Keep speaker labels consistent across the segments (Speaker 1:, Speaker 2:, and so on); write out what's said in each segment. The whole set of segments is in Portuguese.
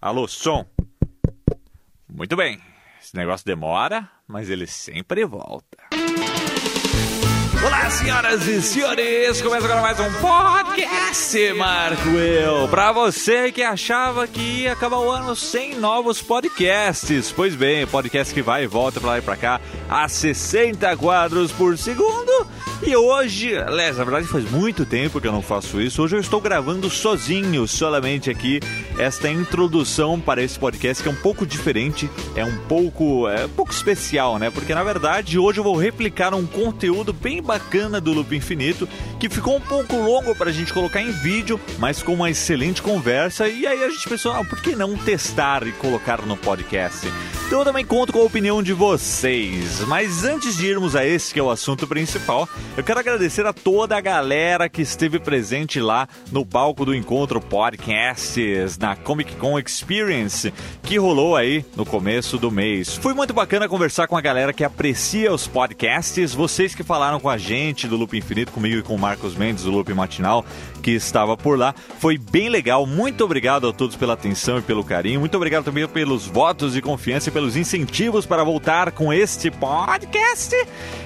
Speaker 1: Alô, som. Muito bem. Esse negócio demora, mas ele sempre volta. Olá, senhoras e senhores! Começa agora mais um podcast, Marco Eu. Pra você que achava que ia acabar o ano sem novos podcasts. Pois bem, podcast que vai e volta pra lá e pra cá a 60 quadros por segundo. E hoje, aliás, na verdade faz muito tempo que eu não faço isso. Hoje eu estou gravando sozinho, solamente aqui, esta introdução para esse podcast que é um pouco diferente, é um pouco, é, um pouco especial, né? Porque na verdade hoje eu vou replicar um conteúdo bem bacana do Loop Infinito, que ficou um pouco longo para a gente colocar em vídeo, mas com uma excelente conversa. E aí a gente pensou, ah, por que não testar e colocar no podcast? Então eu também conto com a opinião de vocês. Mas antes de irmos a esse que é o assunto principal, eu quero agradecer a toda a galera que esteve presente lá no palco do encontro Podcasts, na Comic Con Experience, que rolou aí no começo do mês. Foi muito bacana conversar com a galera que aprecia os podcasts, vocês que falaram com a gente do Loop Infinito, comigo e com o Marcos Mendes, do Loop Matinal, que estava por lá. Foi bem legal. Muito obrigado a todos pela atenção e pelo carinho. Muito obrigado também pelos votos de confiança e pelos incentivos para voltar com este podcast.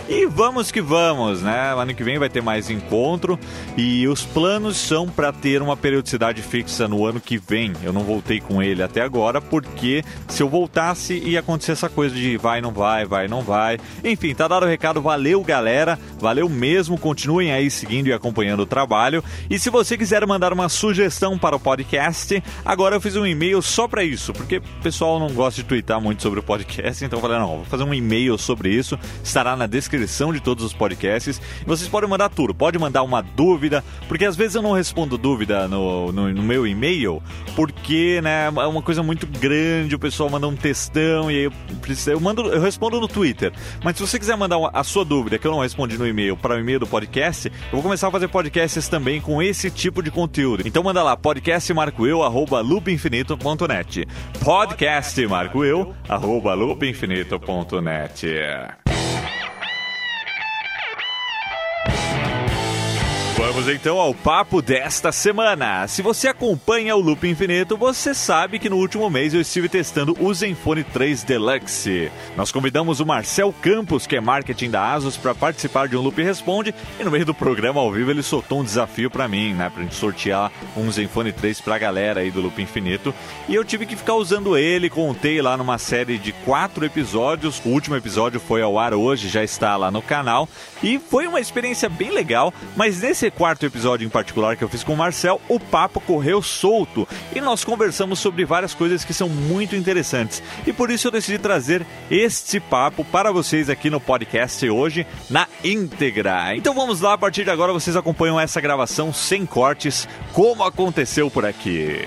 Speaker 1: E vamos que vamos, né? Ano que vem vai ter mais encontro e os planos são para ter uma periodicidade fixa no ano que vem. Eu não voltei com ele até agora porque se eu voltasse ia acontecer essa coisa de vai, não vai, vai, não vai. Enfim, tá dado o recado. Valeu, galera. Valeu mesmo. Continuem aí seguindo e acompanhando o trabalho. E se você quiser mandar uma sugestão para o podcast, agora eu fiz um e-mail só para isso, porque o pessoal não gosta de twittar muito sobre o podcast, então eu falei, não, vou fazer um e-mail sobre isso, estará na descrição de todos os podcasts. E vocês podem mandar tudo, pode mandar uma dúvida, porque às vezes eu não respondo dúvida no, no, no meu e-mail, porque né, é uma coisa muito grande, o pessoal manda um textão e aí eu, preciso, eu, mando, eu respondo no Twitter. Mas se você quiser mandar a sua dúvida, que eu não respondi no e-mail, para o e-mail do podcast, eu vou começar a fazer podcasts também com esse tipo de conteúdo. Então manda lá podcastmarcoeu@loopinfinito.net. podcastmarcoeu@loopinfinito.net. Vamos então ao papo desta semana. Se você acompanha o Loop Infinito, você sabe que no último mês eu estive testando o Zenfone 3 Deluxe. Nós convidamos o Marcel Campos, que é marketing da Asus, para participar de um Loop Responde e no meio do programa ao vivo ele soltou um desafio para mim, né, pra gente sortear um Zenfone 3 pra galera aí do Loop Infinito. E eu tive que ficar usando ele, contei lá numa série de quatro episódios. O último episódio foi ao ar hoje, já está lá no canal e foi uma experiência bem legal, mas nesse quarto episódio em particular que eu fiz com o Marcel, o papo correu solto e nós conversamos sobre várias coisas que são muito interessantes. E por isso eu decidi trazer este papo para vocês aqui no podcast hoje na íntegra. Então vamos lá, a partir de agora vocês acompanham essa gravação sem cortes, como aconteceu por aqui.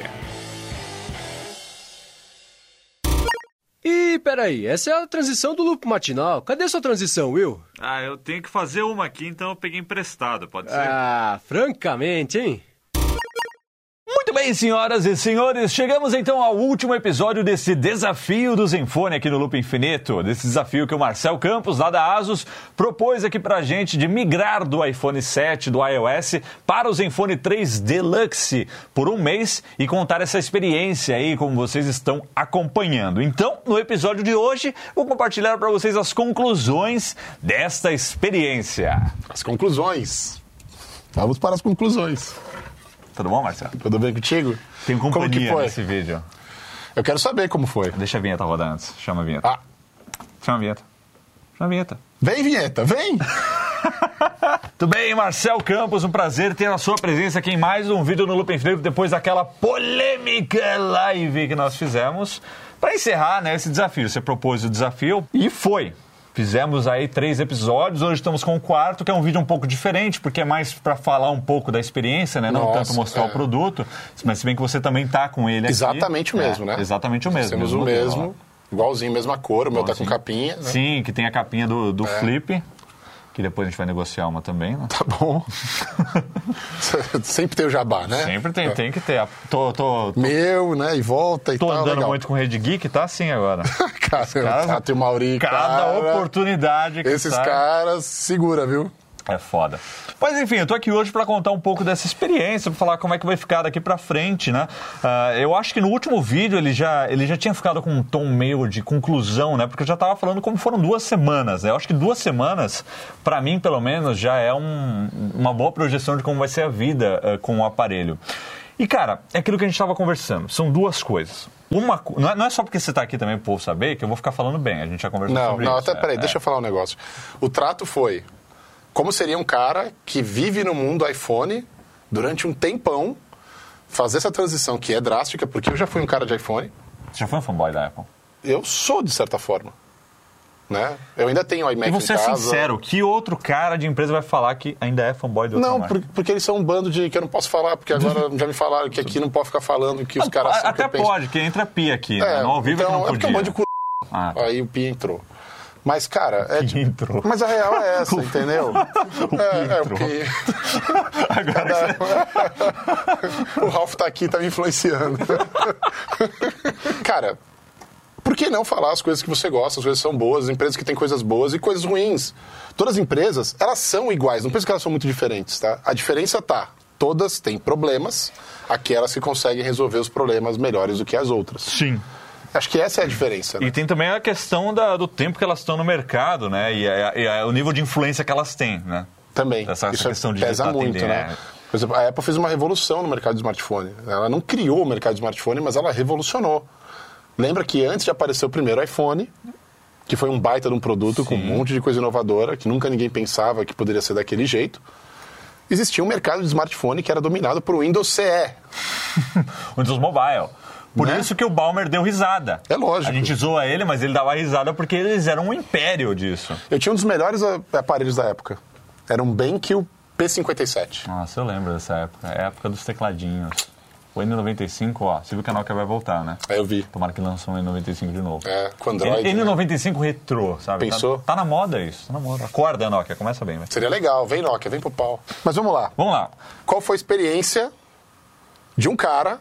Speaker 2: Ih, peraí, essa é a transição do loop matinal. Cadê sua transição, Will?
Speaker 1: Ah, eu tenho que fazer uma aqui, então eu peguei emprestado, pode
Speaker 2: Ah, francamente, hein?
Speaker 1: Muito bem, senhoras e senhores, chegamos então ao último episódio desse desafio do Zenfone aqui no Loop Infinito. Desse desafio que o Marcel Campos, lá da Asus, propôs aqui pra gente de migrar do iPhone 7, do iOS, para o Zenfone 3 Deluxe por um mês e contar essa experiência aí, como vocês estão acompanhando. Então, no episódio de hoje, vou compartilhar para vocês as conclusões desta experiência.
Speaker 3: As conclusões. Vamos para as conclusões.
Speaker 1: Tudo bom, Marcel?
Speaker 3: Tudo bem contigo?
Speaker 1: Tem
Speaker 3: Como que
Speaker 1: companhia
Speaker 3: foi?
Speaker 1: nesse vídeo.
Speaker 3: Eu quero saber como foi.
Speaker 1: Deixa a vinheta rodar antes. Chama a vinheta.
Speaker 3: Ah,
Speaker 1: Chama a vinheta. Chama a vinheta.
Speaker 3: vem, vinheta, vem!
Speaker 1: Tudo bem, Marcel Campos, um prazer ter a sua presença aqui em mais um vídeo no Loop Infinito depois daquela polêmica live que nós fizemos. Para encerrar né, esse desafio, você propôs o desafio e foi. Fizemos aí três episódios, hoje estamos com o quarto, que é um vídeo um pouco diferente, porque é mais para falar um pouco da experiência, né? Não
Speaker 3: Nossa,
Speaker 1: tanto mostrar
Speaker 3: é.
Speaker 1: o produto, mas se bem que você também tá com ele aqui.
Speaker 3: Exatamente o
Speaker 1: É,
Speaker 3: mesmo, né?
Speaker 1: Exatamente o mesmo.
Speaker 3: Temos o
Speaker 1: modelo,
Speaker 3: mesmo,
Speaker 1: ó.
Speaker 3: igualzinho, mesma cor, o meu tá com
Speaker 1: Igualzinho.
Speaker 3: capinha. né? É.
Speaker 1: Sim, que tem a capinha do, do Flip, que depois a gente vai negociar uma também, né?
Speaker 3: Tá bom. Sempre tem o jabá, né?
Speaker 1: Sempre tem, tem que ter. Tô, tô, tô,
Speaker 3: Meu, né? E volta e tal.
Speaker 1: andando
Speaker 3: legal. Tá,
Speaker 1: muito com Rede Geek, tá assim agora.
Speaker 3: Cara,
Speaker 1: caras-
Speaker 3: o Tato e o Mauri,
Speaker 1: Cada
Speaker 3: cara,
Speaker 1: oportunidade que
Speaker 3: Esses
Speaker 1: sai.
Speaker 3: caras segura, viu?
Speaker 1: É foda. Mas enfim, eu tô aqui hoje para contar um pouco dessa experiência, para falar como é que vai ficar daqui para frente, né? Ah, eu acho que no último vídeo ele já, ele já tinha ficado com um tom meio de conclusão, né? Porque eu já tava falando como foram duas semanas, né? Eu acho que duas semanas, para mim pelo menos, já é um- uma boa projeção de como vai ser a vida ah, com o aparelho. E cara, é aquilo que a gente estava conversando, são duas coisas. Uma, co- não, é, não é só porque você tá aqui também pro povo saber que eu vou ficar falando bem, a gente já conversou
Speaker 3: Não,
Speaker 1: sobre
Speaker 3: não,
Speaker 1: isso.
Speaker 3: até peraí,
Speaker 1: é,
Speaker 3: deixa eu falar um negócio. O trato foi como seria um cara que vive no mundo iPhone durante um tempão fazer essa transição que é drástica, porque eu já fui um cara de iPhone.
Speaker 1: é. Você já foi um fanboy da Apple?
Speaker 3: Eu sou, de certa forma. Né? Eu ainda tenho iMac
Speaker 1: E você
Speaker 3: em
Speaker 1: é
Speaker 3: casa.
Speaker 1: sincero, que outro cara de empresa vai falar que ainda é fanboy do
Speaker 3: Não, por- porque eles são um bando de que eu não posso falar, porque agora já me falaram que aqui não pode ficar falando que os caras são o que
Speaker 1: Ah, Até
Speaker 3: eu penso.
Speaker 1: pode, que entra pia aqui, né? Não ao vivo é que
Speaker 3: então,
Speaker 1: não
Speaker 3: é porque é um
Speaker 1: podia.
Speaker 3: bando de cu...
Speaker 1: Ah,
Speaker 3: Aí o Pi entrou. Mas, cara, é tipo-
Speaker 1: entrou.
Speaker 3: Mas a real é essa, entendeu? é, é o Pi.
Speaker 1: agora que você...
Speaker 3: O Ralph tá aqui, tá me influenciando. cara, por que não falar as coisas que você gosta, as coisas que são boas, as empresas que têm coisas boas e coisas ruins? Todas as empresas, elas são iguais, não penso que elas são muito diferentes, tá? A diferença tá, todas têm problemas, aquelas que conseguem resolver os problemas melhores do que as outras.
Speaker 1: Sim.
Speaker 3: Acho que essa é a diferença, né?
Speaker 1: E tem também a questão da- do tempo que elas estão no mercado, né? E, a- e a- o nível de influência que elas têm, né?
Speaker 3: Também.
Speaker 1: Essa- essa
Speaker 3: Isso é
Speaker 1: questão de
Speaker 3: pesa
Speaker 1: ditar
Speaker 3: muito,
Speaker 1: tendência,
Speaker 3: né?
Speaker 1: é.
Speaker 3: Por exemplo, a Apple fez uma revolução no mercado de smartphone. Ela não criou o mercado de smartphone, mas ela revolucionou. Lembra que antes de aparecer o primeiro iPhone, que foi um baita de um produto com um monte de coisa inovadora, que nunca ninguém pensava que poderia ser daquele jeito, existia um mercado de smartphone que era dominado por Windows CE.
Speaker 1: O Windows Mobile. Por
Speaker 3: Né?
Speaker 1: isso que o Balmer deu risada.
Speaker 3: É lógico.
Speaker 1: A gente zoa ele, mas ele dava risada porque eles eram um império disso.
Speaker 3: Eu tinha um dos melhores a- aparelhos da época. Era um BenQ P57.
Speaker 1: Nossa, eu lembro dessa época. É a época dos tecladinhos. O N95, ó, você viu que a Nokia vai voltar, né?
Speaker 3: Aí eu vi.
Speaker 1: Tomara que lançam um N95 de novo.
Speaker 3: É, com Android. né?
Speaker 1: N95 retrô, sabe?
Speaker 3: Pensou?
Speaker 1: Tá, tá na moda isso, tá na moda. Acorda, Nokia, começa bem. Mas...
Speaker 3: Seria legal. Vem Nokia, vem pro pau. Mas vamos lá.
Speaker 1: Vamos lá.
Speaker 3: qual foi a experiência de um cara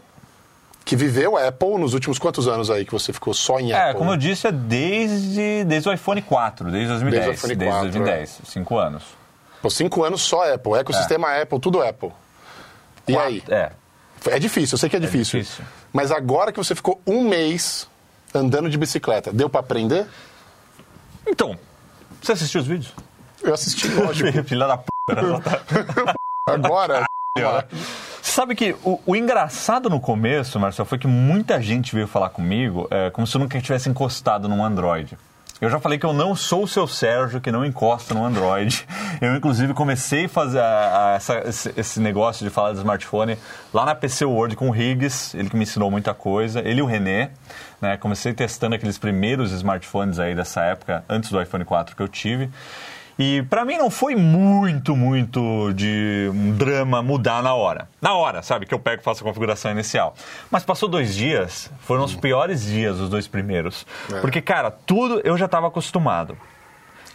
Speaker 3: que viveu Apple nos últimos quantos anos aí que você ficou só em
Speaker 1: É,
Speaker 3: Apple?
Speaker 1: como eu disse, é desde, desde o iPhone 4, desde 2010.
Speaker 3: Desde o iPhone é. 4,
Speaker 1: 2010, 5 anos.
Speaker 3: Pô, cinco anos só Apple, ecossistema Apple, tudo Apple. E
Speaker 1: É. Quatro-
Speaker 3: aí?
Speaker 1: É.
Speaker 3: É difícil, eu sei que é difícil.
Speaker 1: difícil.
Speaker 3: Mas agora que você ficou um mês andando de bicicleta, deu pra aprender?
Speaker 1: Então, você assistiu os vídeos?
Speaker 3: Eu assisti, lógico.
Speaker 1: Filha da né? p...
Speaker 3: agora.
Speaker 1: Sabe que o, o engraçado no começo, Marcel, foi que muita gente veio falar comigo é, como se eu nunca tivesse encostado num Android. Eu já falei que eu não sou o seu Sérgio que não encosta no Android. Eu, inclusive, comecei a fazer a- a- essa- esse, esse negócio de falar de smartphone lá na PC World com o Higgs, ele que me ensinou muita coisa, ele e o René. né? Comecei testando aqueles primeiros smartphones aí dessa época, antes do iPhone 4 que eu tive. E pra mim não foi muito, muito de um drama mudar na hora. Na hora, sabe? Que eu pego e faço a configuração inicial. Mas passou dois dias, foram os piores dias, os dois primeiros.
Speaker 3: É.
Speaker 1: Porque, cara, tudo eu já estava acostumado.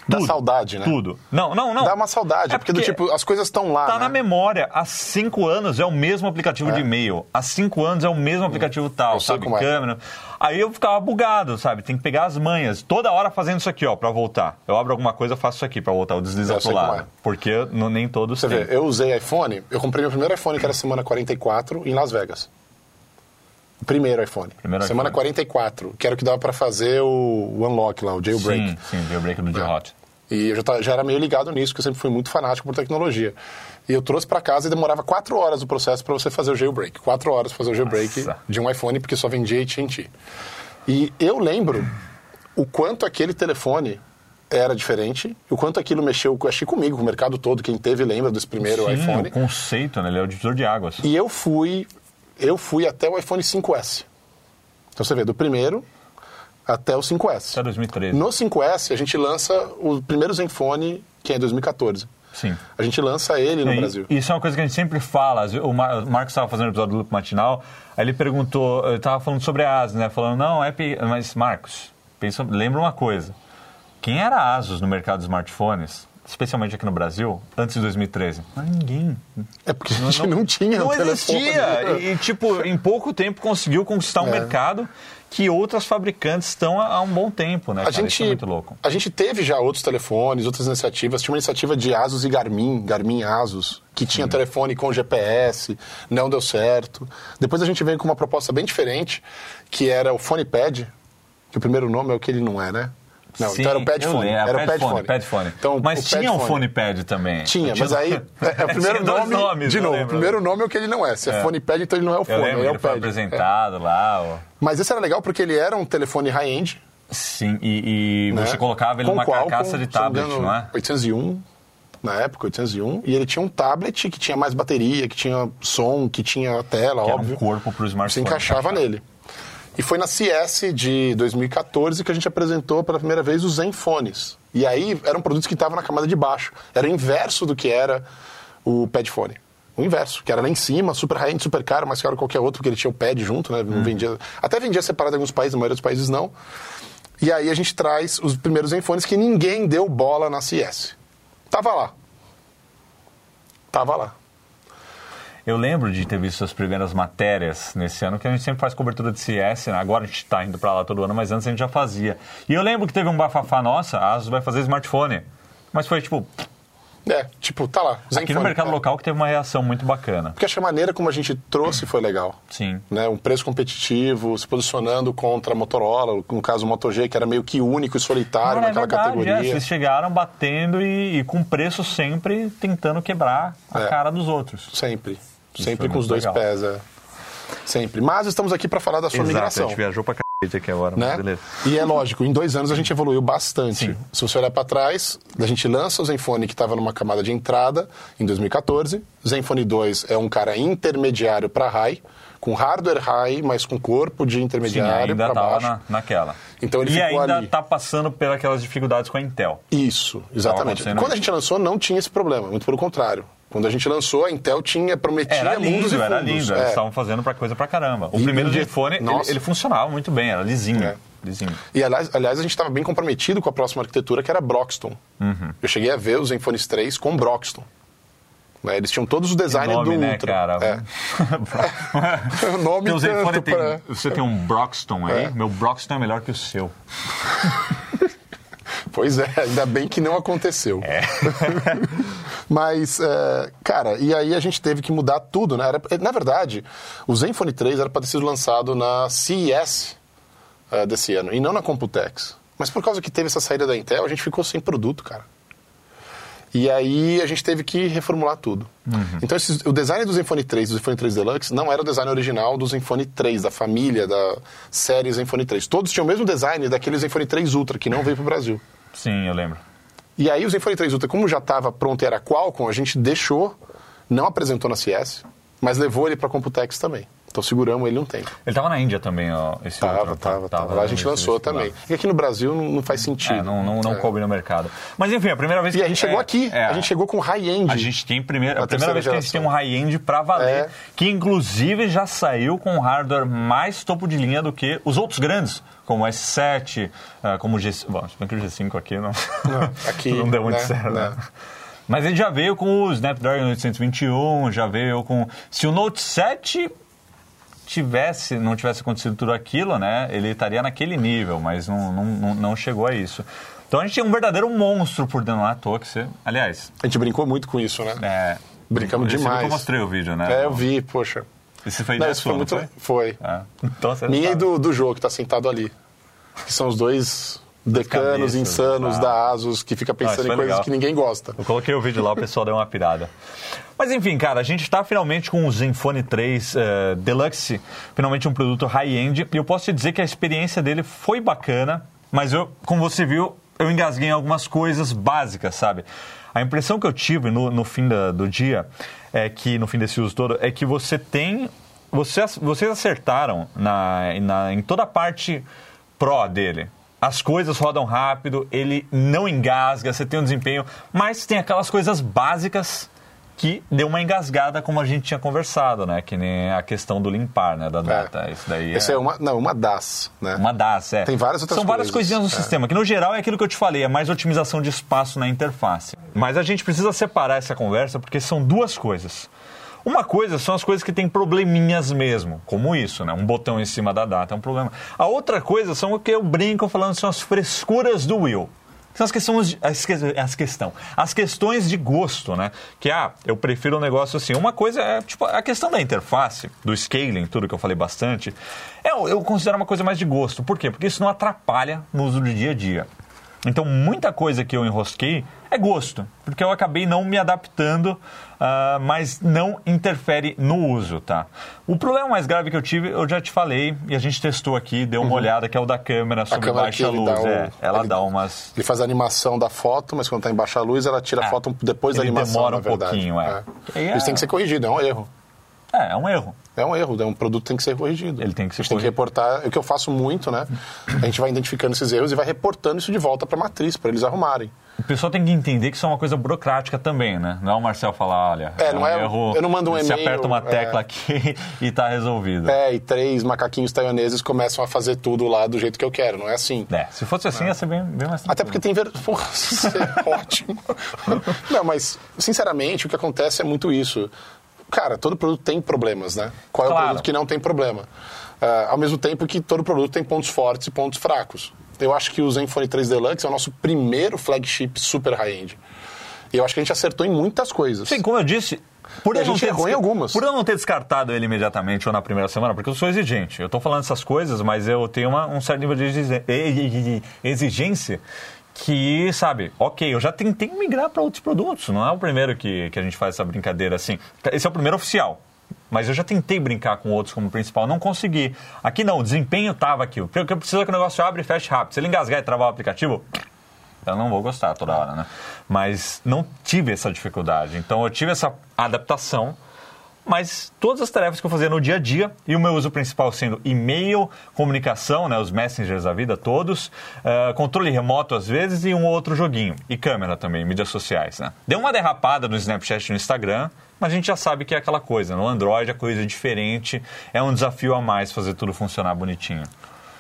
Speaker 3: Dá
Speaker 1: Tudo,
Speaker 3: saudade, né?
Speaker 1: Tudo. Não, não, não.
Speaker 3: Dá uma saudade,
Speaker 1: É
Speaker 3: porque, do tipo, as coisas estão lá.
Speaker 1: Tá
Speaker 3: né?
Speaker 1: na memória. Há cinco anos é o mesmo aplicativo de e-mail. Há cinco anos é o mesmo aplicativo tal,
Speaker 3: Eu sei
Speaker 1: sabe?
Speaker 3: como é.
Speaker 1: Câmera. Aí eu ficava bugado, sabe? Tem que pegar as manhas. Toda hora fazendo isso aqui, ó, pra voltar. Eu abro alguma coisa, eu faço isso aqui pra voltar. Eu deslizo
Speaker 3: Eu
Speaker 1: pro
Speaker 3: sei como
Speaker 1: lado.
Speaker 3: é.
Speaker 1: Porque não- nem todos
Speaker 3: Você
Speaker 1: têm.
Speaker 3: vê, eu usei iPhone, eu comprei meu primeiro iPhone, que era semana 44, em Las Vegas. O Primeiro iPhone.
Speaker 1: Primeiro
Speaker 3: semana
Speaker 1: iPhone.
Speaker 3: 44, que era o que dava pra fazer o o unlock lá, o jailbreak.
Speaker 1: Sim, sim, jailbreak do G-Hot.
Speaker 3: E eu já, ta- já era meio ligado nisso, porque eu sempre fui muito fanático por tecnologia. E eu trouxe pra casa e demorava quatro horas o processo pra você fazer o jailbreak. Quatro horas pra fazer o jailbreak
Speaker 1: Nossa.
Speaker 3: de um iPhone, porque só vendia AT&T. E eu lembro o quanto aquele telefone era diferente, o quanto aquilo mexeu, achei comigo, com o mercado todo, quem teve lembra desse primeiro
Speaker 1: Sim,
Speaker 3: iPhone.
Speaker 1: o conceito, né? Ele é o divisor de águas.
Speaker 3: E eu fui, eu fui até o iPhone 5S. Então você vê, do primeiro até o 5S.
Speaker 1: Até 2013.
Speaker 3: No 5S, a gente lança o primeiro Zenfone, que é em 2014.
Speaker 1: Sim.
Speaker 3: A gente lança ele no
Speaker 1: É, e-
Speaker 3: Brasil.
Speaker 1: Isso é uma coisa que a gente sempre fala. Às ve- O, Mar- o Marcos estava fazendo um episódio do Loop Matinal, aí ele perguntou, eu estava falando sobre a Asus, né? Falando, não, é pe- mas Marcos, pensa, lembra uma coisa. Quem era a Asus no mercado de smartphones especialmente aqui no Brasil, antes de 2013? Mas ninguém.
Speaker 3: É porque a gente não, tinha
Speaker 1: Não
Speaker 3: um telefone.
Speaker 1: existia! E, e, tipo, em pouco tempo conseguiu conquistar um
Speaker 3: É.
Speaker 1: mercado que outras fabricantes estão há, há um bom tempo, né?
Speaker 3: A
Speaker 1: cara? Isso
Speaker 3: gente,
Speaker 1: é muito louco.
Speaker 3: a gente teve já outros telefones, outras iniciativas. Tinha uma iniciativa de Asus e Garmin, Garmin e Asus, que tinha telefone com GPS, não deu certo. Depois a gente veio com uma proposta bem diferente, que era o PhonePad, que o primeiro nome é o que ele não é, né? Não,
Speaker 1: Sim,
Speaker 3: então era o
Speaker 1: eu
Speaker 3: Padphone.
Speaker 1: lembro,
Speaker 3: Era o
Speaker 1: Padphone,
Speaker 3: Padphone.
Speaker 1: Padphone.
Speaker 3: Então,
Speaker 1: mas
Speaker 3: o
Speaker 1: tinha um
Speaker 3: Padphone-
Speaker 1: PhonePad também. um
Speaker 3: Tinha, mas aí é, é o primeiro
Speaker 1: Tinha dois
Speaker 3: nome.
Speaker 1: nomes,
Speaker 3: de
Speaker 1: eu
Speaker 3: novo, o
Speaker 1: lembro.
Speaker 3: primeiro nome é o que ele não é. Se é, PhonePad, então ele não é o
Speaker 1: Eu
Speaker 3: fone,
Speaker 1: lembro,
Speaker 3: ele é
Speaker 1: ele
Speaker 3: o
Speaker 1: foi
Speaker 3: pad. É.
Speaker 1: apresentado lá. ó.
Speaker 3: Mas esse era legal porque ele era um telefone high-end.
Speaker 1: Sim, e, e
Speaker 3: né?
Speaker 1: você colocava ele
Speaker 3: Com
Speaker 1: numa
Speaker 3: Qualcomm,
Speaker 1: carcaça de
Speaker 3: se não me
Speaker 1: tablet,
Speaker 3: engano,
Speaker 1: não é?
Speaker 3: 801, na época, 801. E ele tinha um tablet que tinha mais bateria, que tinha som, que tinha tela,
Speaker 1: Que era um
Speaker 3: óbvio.
Speaker 1: corpo pro smartphone.
Speaker 3: se encaixava nele. E foi na CS de 2014 que a gente apresentou pela primeira vez os Zenfones. E aí eram produtos que estavam na camada de baixo. Era o inverso do que era o Padfone. O inverso, que era lá em cima, super high-end, super caro, mais caro que qualquer outro, porque ele tinha o pad junto, né?
Speaker 1: Uhum.
Speaker 3: Não vendia. Até vendia separado em alguns países, na maioria dos países não. E aí a gente traz os primeiros Zenfones que ninguém deu bola na CS. Tava lá. Tava lá.
Speaker 1: Eu lembro de ter visto as primeiras matérias nesse ano, que a gente sempre faz cobertura de CS, né? agora a gente está indo para lá todo ano, mas antes a gente já fazia. E eu lembro que teve um bafafá nossa, a Asus vai fazer smartphone. Mas foi, tipo,
Speaker 3: É, tipo, tá lá.
Speaker 1: aqui no mercado
Speaker 3: é.
Speaker 1: local que teve uma reação muito bacana.
Speaker 3: Porque acho que a maneira como a gente trouxe foi legal.
Speaker 1: Sim.
Speaker 3: Né, um preço competitivo, se posicionando contra a Motorola, no caso o Moto G, que era meio que único e solitário
Speaker 1: Agora, é
Speaker 3: naquela
Speaker 1: verdade, é,
Speaker 3: categoria.
Speaker 1: vocês chegaram batendo e, e com preço sempre tentando quebrar a
Speaker 3: É.
Speaker 1: cara dos outros.
Speaker 3: Sempre.
Speaker 1: foi
Speaker 3: Sempre com os
Speaker 1: muito
Speaker 3: dois
Speaker 1: legal.
Speaker 3: pés, é. Sempre. Mas estamos aqui para falar da sua migração.
Speaker 1: viajou pra cacete aqui agora,
Speaker 3: né? E é lógico, em dois anos a gente evoluiu bastante.
Speaker 1: Sim.
Speaker 3: Se você olhar para trás, a gente lança o Zenfone que estava numa camada de entrada em 2014. Zenfone 2 é um cara intermediário para high, com hardware high, mas com corpo de
Speaker 1: Sim,
Speaker 3: intermediário
Speaker 1: ainda
Speaker 3: para
Speaker 1: tava
Speaker 3: baixo.
Speaker 1: na, naquela.
Speaker 3: Então ele
Speaker 1: e
Speaker 3: ficou
Speaker 1: ainda
Speaker 3: ali.
Speaker 1: tá passando pelas dificuldades com a Intel.
Speaker 3: Isso, exatamente.
Speaker 1: acontecendo
Speaker 3: Quando a
Speaker 1: isso.
Speaker 3: gente lançou, não tinha esse problema, muito pelo contrário. Quando a gente lançou, a Intel tinha, prometia
Speaker 1: Era
Speaker 3: mundos
Speaker 1: lindo,
Speaker 3: e
Speaker 1: era
Speaker 3: fundos.
Speaker 1: lindo.
Speaker 3: É.
Speaker 1: Eles estavam fazendo pra coisa pra caramba. O
Speaker 3: E-
Speaker 1: primeiro
Speaker 3: e de-
Speaker 1: telefone, ele,
Speaker 3: Nossa.
Speaker 1: ele funcionava muito bem, era lisinho.
Speaker 3: É.
Speaker 1: lisinho.
Speaker 3: E aliás, aliás, a gente estava bem comprometido com a próxima arquitetura, que era Broxton.
Speaker 1: Uhum.
Speaker 3: Eu cheguei a ver os Zenfones 3 com Broxton. Né, Eles tinham todos o design
Speaker 1: Nome,
Speaker 3: do
Speaker 1: né,
Speaker 3: Ultra.
Speaker 1: cara?
Speaker 3: É. O nome
Speaker 1: Teu Zenfone
Speaker 3: tanto
Speaker 1: tem-
Speaker 3: pra-
Speaker 1: Você tem um Broxton aí.
Speaker 3: É.
Speaker 1: Meu Broxton é melhor que o seu.
Speaker 3: Pois é, ainda bem que não aconteceu. Mas, é, cara, e aí a gente teve que mudar tudo, né? Era- na verdade, o Zenfone 3 era para ter sido lançado na CES é, desse ano, e não na Computex. Mas por causa que teve essa saída da Intel, a gente ficou sem produto, cara. E aí a gente teve que reformular tudo. Então esses- o design do Zenfone 3 e do Zenfone 3 Deluxe não era o design original do Zenfone 3, da família, da série Zenfone 3. Todos tinham o mesmo design daquele Zenfone 3 Ultra, que não veio para o Brasil.
Speaker 1: Sim, eu lembro.
Speaker 3: E aí o Zenfone 3 Ultra, como já estava pronto e era Qualcomm, a gente deixou, não apresentou na CS, mas levou ele para a Computex também. Então seguramos ele um tempo.
Speaker 1: Ele tava na Índia também, ó. Esse
Speaker 3: Tava,
Speaker 1: outro, tá,
Speaker 3: tava, tava. Lá a gente
Speaker 1: esse
Speaker 3: lançou
Speaker 1: outro
Speaker 3: também.
Speaker 1: lá.
Speaker 3: E aqui no Brasil não, não faz sentido.
Speaker 1: É, não, não, não
Speaker 3: É.
Speaker 1: coube no mercado. Mas enfim, a primeira vez
Speaker 3: E
Speaker 1: que
Speaker 3: a gente chegou
Speaker 1: é,
Speaker 3: aqui,
Speaker 1: é.
Speaker 3: a gente chegou com high-end.
Speaker 1: A gente tem primeiro,
Speaker 3: Na
Speaker 1: a primeira
Speaker 3: terceira
Speaker 1: vez que a gente tem
Speaker 3: geração.
Speaker 1: um high-end pra valer,
Speaker 3: É.
Speaker 1: que inclusive já saiu com um hardware mais topo de linha do que os outros grandes, como o S7, ah, como o G5. Bom, se bem que o G5 aqui não,
Speaker 3: aqui,
Speaker 1: não deu muito
Speaker 3: né,
Speaker 1: certo, né?
Speaker 3: né.
Speaker 1: Mas ele já veio com né, o Snapdragon 821, já veio com. Se o Note 7 tivesse, não tivesse acontecido tudo aquilo, né? Ele estaria naquele nível, mas não, não, não- não chegou a isso. Então a gente tem um verdadeiro monstro por dentro lá, à toa que você- Aliás,
Speaker 3: A gente brincou muito com isso, né?
Speaker 1: é,
Speaker 3: Brincamos
Speaker 1: esse
Speaker 3: demais.
Speaker 1: Eu mostrei o vídeo, né?
Speaker 3: É, eu vi, poxa.
Speaker 1: Esse foi
Speaker 3: Não,
Speaker 1: da
Speaker 3: isso
Speaker 1: sua,
Speaker 3: foi muito.
Speaker 1: não foi?
Speaker 3: Foi.
Speaker 1: Ah, então você
Speaker 3: Minha e
Speaker 1: sabe.
Speaker 3: do, do jogo, que tá sentado ali. Que são os dois decanos
Speaker 1: cabeças,
Speaker 3: insanos
Speaker 1: tá.
Speaker 3: da Asus que fica
Speaker 1: isso foi
Speaker 3: pensando em coisas
Speaker 1: legal.
Speaker 3: que ninguém gosta.
Speaker 1: Eu coloquei o vídeo lá, o pessoal deu uma pirada. Mas enfim, cara, a gente tá finalmente com o Zenfone 3 eh, Deluxe, finalmente um produto high-end, e eu posso te dizer que a experiência dele foi bacana, mas eu, como você viu, eu engasguei em algumas coisas básicas, sabe? A impressão que eu tive no, no fim da- do dia, é que no fim desse uso todo, é que você tem. Você, ac- vocês acertaram na, na- em toda a parte Pro dele. As coisas rodam rápido, ele não engasga, você tem um desempenho, mas tem aquelas coisas básicas que deu uma engasgada como a gente tinha conversado, né? Que nem a questão do limpar, né? Da data. Isso daí
Speaker 3: Essa é. uma, não, uma das, né?
Speaker 1: Uma das, é.
Speaker 3: Tem várias outras
Speaker 1: São várias
Speaker 3: coisas,
Speaker 1: coisinhas no
Speaker 3: é.
Speaker 1: sistema, que no geral é aquilo que eu te falei, é mais otimização de espaço na interface. Mas a gente precisa separar essa conversa porque são duas coisas. Uma coisa são as coisas que têm probleminhas mesmo, como isso, né? Um botão em cima da data é um problema. A outra coisa são o que eu brinco falando são as frescuras do Will. São as questões, as, que- as questão, as questões de gosto, né? Que, ah, eu prefiro um negócio assim. Uma coisa é, tipo, a questão da interface, do scaling, tudo que eu falei bastante, é, eu considero uma coisa mais de gosto. Por quê? Porque isso não atrapalha no uso do dia a dia. Então, muita coisa que eu enrosquei é gosto, porque eu acabei não me adaptando, ah, mas não interfere no uso, tá? O problema mais grave que eu tive, eu já te falei, e a gente testou aqui, deu uma olhada, que é o da câmera sobre
Speaker 3: Uhum. câmera que
Speaker 1: baixa
Speaker 3: ele
Speaker 1: luz.
Speaker 3: dá um-
Speaker 1: é, ela
Speaker 3: ele-
Speaker 1: dá umas
Speaker 3: Ele faz a animação da foto, mas quando está em baixa luz, ela tira a
Speaker 1: É.
Speaker 3: foto um, depois da
Speaker 1: Ele
Speaker 3: animação.
Speaker 1: demora
Speaker 3: na
Speaker 1: um
Speaker 3: verdade.
Speaker 1: pouquinho, é. E aí é-
Speaker 3: Isso tem que ser corrigido, é um erro.
Speaker 1: É, é um erro.
Speaker 3: É um erro, é um produto que tem que ser corrigido.
Speaker 1: Ele tem que ser
Speaker 3: a gente tem que reportar. É o que eu faço muito, né? A gente vai identificando esses erros e vai reportando isso de volta para a matriz, para eles arrumarem.
Speaker 1: O pessoal tem que entender que isso é uma coisa burocrática também, né? Não é o Marcel falar, olha,
Speaker 3: É, não é- eu não mando um
Speaker 1: Você
Speaker 3: e-mail,
Speaker 1: aperta uma
Speaker 3: é.
Speaker 1: tecla aqui e tá resolvido. É.
Speaker 3: É, e três macaquinhos taiwaneses começam a fazer tudo lá do jeito que eu quero, não é assim.
Speaker 1: se fosse assim, ia ser bem, bem mais
Speaker 3: Até
Speaker 1: tranquilo.
Speaker 3: porque tem ver... Porra, isso é ótimo. Não, mas, sinceramente, o que acontece é muito isso. Cara, todo produto tem problemas, né? Qual é
Speaker 1: Claro.
Speaker 3: o produto que não tem problema? Ah, ao mesmo tempo que todo produto tem pontos fortes e pontos fracos. Eu acho que o Zenfone 3 Deluxe é o nosso primeiro flagship super high-end. E eu acho que a gente acertou em muitas coisas.
Speaker 1: Sim, como eu disse, por
Speaker 3: E
Speaker 1: eu,
Speaker 3: a
Speaker 1: não
Speaker 3: gente
Speaker 1: ter
Speaker 3: errou em algumas.
Speaker 1: por eu não ter descartado ele imediatamente ou na primeira semana, porque eu sou exigente. Eu tô falando essas coisas, mas eu tenho uma- um certo nível de exize- e- e- e- exigência que, sabe, ok, eu já tentei migrar para outros produtos. Não é o primeiro que, que a gente faz essa brincadeira assim. Esse é o primeiro oficial. Mas eu já tentei brincar com outros como principal, não consegui. Aqui não, o desempenho tava aqui. O que eu preciso é que o negócio abra e feche rápido. Se ele engasgar e travar o aplicativo, Então, eu não vou gostar toda hora, né? Mas não tive essa dificuldade. Então eu tive essa adaptação, mas todas as tarefas que eu fazia no dia a dia, e o meu uso principal sendo e-mail, comunicação, né, os messengers da vida todos, eh, controle remoto às vezes e um outro joguinho. E câmera também, mídias sociais, né? Deu uma derrapada no Snapchat e no Instagram, mas a gente já sabe que é aquela coisa. No Android a coisa é diferente, é um desafio a mais fazer tudo funcionar bonitinho.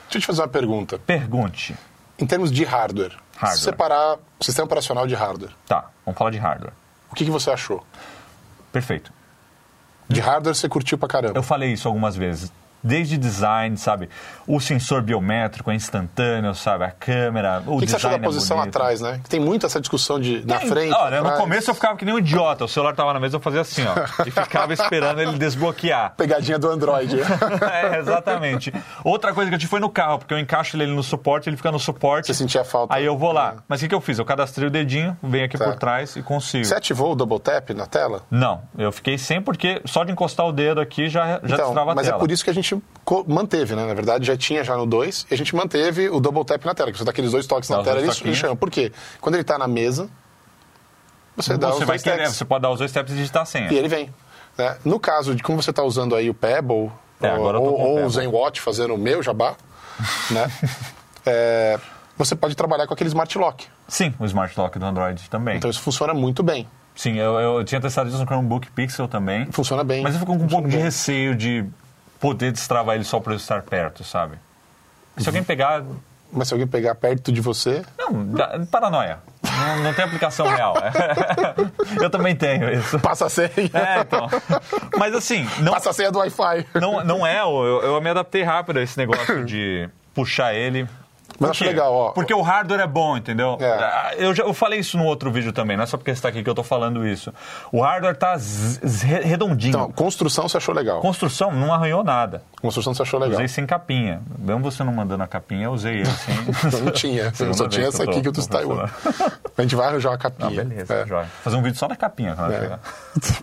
Speaker 3: Deixa eu te fazer uma pergunta.
Speaker 1: Pergunte.
Speaker 3: Em termos de hardware,
Speaker 1: Hardware.
Speaker 3: se separar o sistema operacional de hardware,
Speaker 1: Tá, vamos falar de hardware.
Speaker 3: o que, que você achou?
Speaker 1: Perfeito.
Speaker 3: De hardware você curtiu pra caramba.
Speaker 1: Eu falei isso algumas vezes. Desde design, sabe? O sensor biométrico é instantâneo, sabe? A câmera, o
Speaker 3: O que, que você achou
Speaker 1: design
Speaker 3: da posição
Speaker 1: é bonito.
Speaker 3: atrás, né? Que Tem muito essa discussão de na
Speaker 1: Tem-
Speaker 3: frente.
Speaker 1: Olha, no
Speaker 3: atrás.
Speaker 1: começo eu ficava que nem um idiota. O celular tava na mesa, eu fazia assim, ó. E ficava esperando ele desbloquear.
Speaker 3: Pegadinha do Android.
Speaker 1: é, exatamente. Outra coisa que eu tive foi no carro, porque eu encaixo ele no suporte, ele fica no suporte.
Speaker 3: Você sentia falta. É. Tá.
Speaker 1: Aí eu vou lá. Mas o que, que eu fiz? Eu cadastrei o dedinho, venho aqui por trás e consigo.
Speaker 3: Você é ativou o double tap na tela?
Speaker 1: Não, eu fiquei sem, porque só de encostar o dedo aqui já, já
Speaker 3: então,
Speaker 1: destrava a
Speaker 3: mas
Speaker 1: tela.
Speaker 3: é por isso que a gente co- manteve, né? Na verdade, já tinha já no 2 e a gente manteve o double tap na tela, que você dá aqueles dois toques
Speaker 1: Dá
Speaker 3: na
Speaker 1: os
Speaker 3: tela
Speaker 1: dois
Speaker 3: e isso- e
Speaker 1: toquinhos.
Speaker 3: chama. Por quê? Quando ele tá na mesa, você dá
Speaker 1: Você
Speaker 3: os
Speaker 1: vai
Speaker 3: dois
Speaker 1: querer,
Speaker 3: taps
Speaker 1: você pode dar os dois steps e digitar a senha.
Speaker 3: e ele vem. né? No caso de como você tá usando aí o Pebble,
Speaker 1: É,
Speaker 3: ou,
Speaker 1: agora eu tô com o
Speaker 3: ou o
Speaker 1: Pebble.
Speaker 3: Zenwatch fazendo o meu jabá, né? É, você pode trabalhar com aquele smart lock.
Speaker 1: Sim, o Smart Lock do Android também.
Speaker 3: Então isso funciona muito bem.
Speaker 1: Sim, eu, eu tinha testado isso no Chromebook Pixel também.
Speaker 3: Funciona bem.
Speaker 1: Mas eu fico com um
Speaker 3: Funciona
Speaker 1: pouco de
Speaker 3: bem.
Speaker 1: receio de poder destravar ele só por eu estar perto, sabe? Se alguém pegar.
Speaker 3: Mas se alguém pegar perto de você.
Speaker 1: Não, dá- paranoia. Não, não tem aplicação real. eu também tenho isso.
Speaker 3: Passa a senha.
Speaker 1: É, então. Mas assim, não,
Speaker 3: Passa a senha do Wi-Fi.
Speaker 1: não, não é. Eu, eu me adaptei rápido a esse negócio de puxar ele.
Speaker 3: Mas
Speaker 1: Por
Speaker 3: acho
Speaker 1: quê?
Speaker 3: legal, ó.
Speaker 1: Porque o hardware é bom, entendeu?
Speaker 3: É.
Speaker 1: Ah, Eu, já, eu falei isso no outro vídeo também, não é só porque está aqui que eu tô falando isso. O hardware tá z- z- re- redondinho.
Speaker 3: Então, construção você achou legal.
Speaker 1: Construção não arranhou nada.
Speaker 3: Construção você achou legal.
Speaker 1: Usei sem capinha. Mesmo você não mandando a capinha, eu usei ele sem.
Speaker 3: Eu não tinha. Eu
Speaker 1: Segunda
Speaker 3: só
Speaker 1: vez
Speaker 3: tinha essa aqui que eu
Speaker 1: tô
Speaker 3: tô Taiwan.
Speaker 1: funcionando.
Speaker 3: A gente vai arranjar uma capinha.
Speaker 1: Ah, beleza,
Speaker 3: É.
Speaker 1: joia. Fazer um vídeo só da capinha quando eu chegar.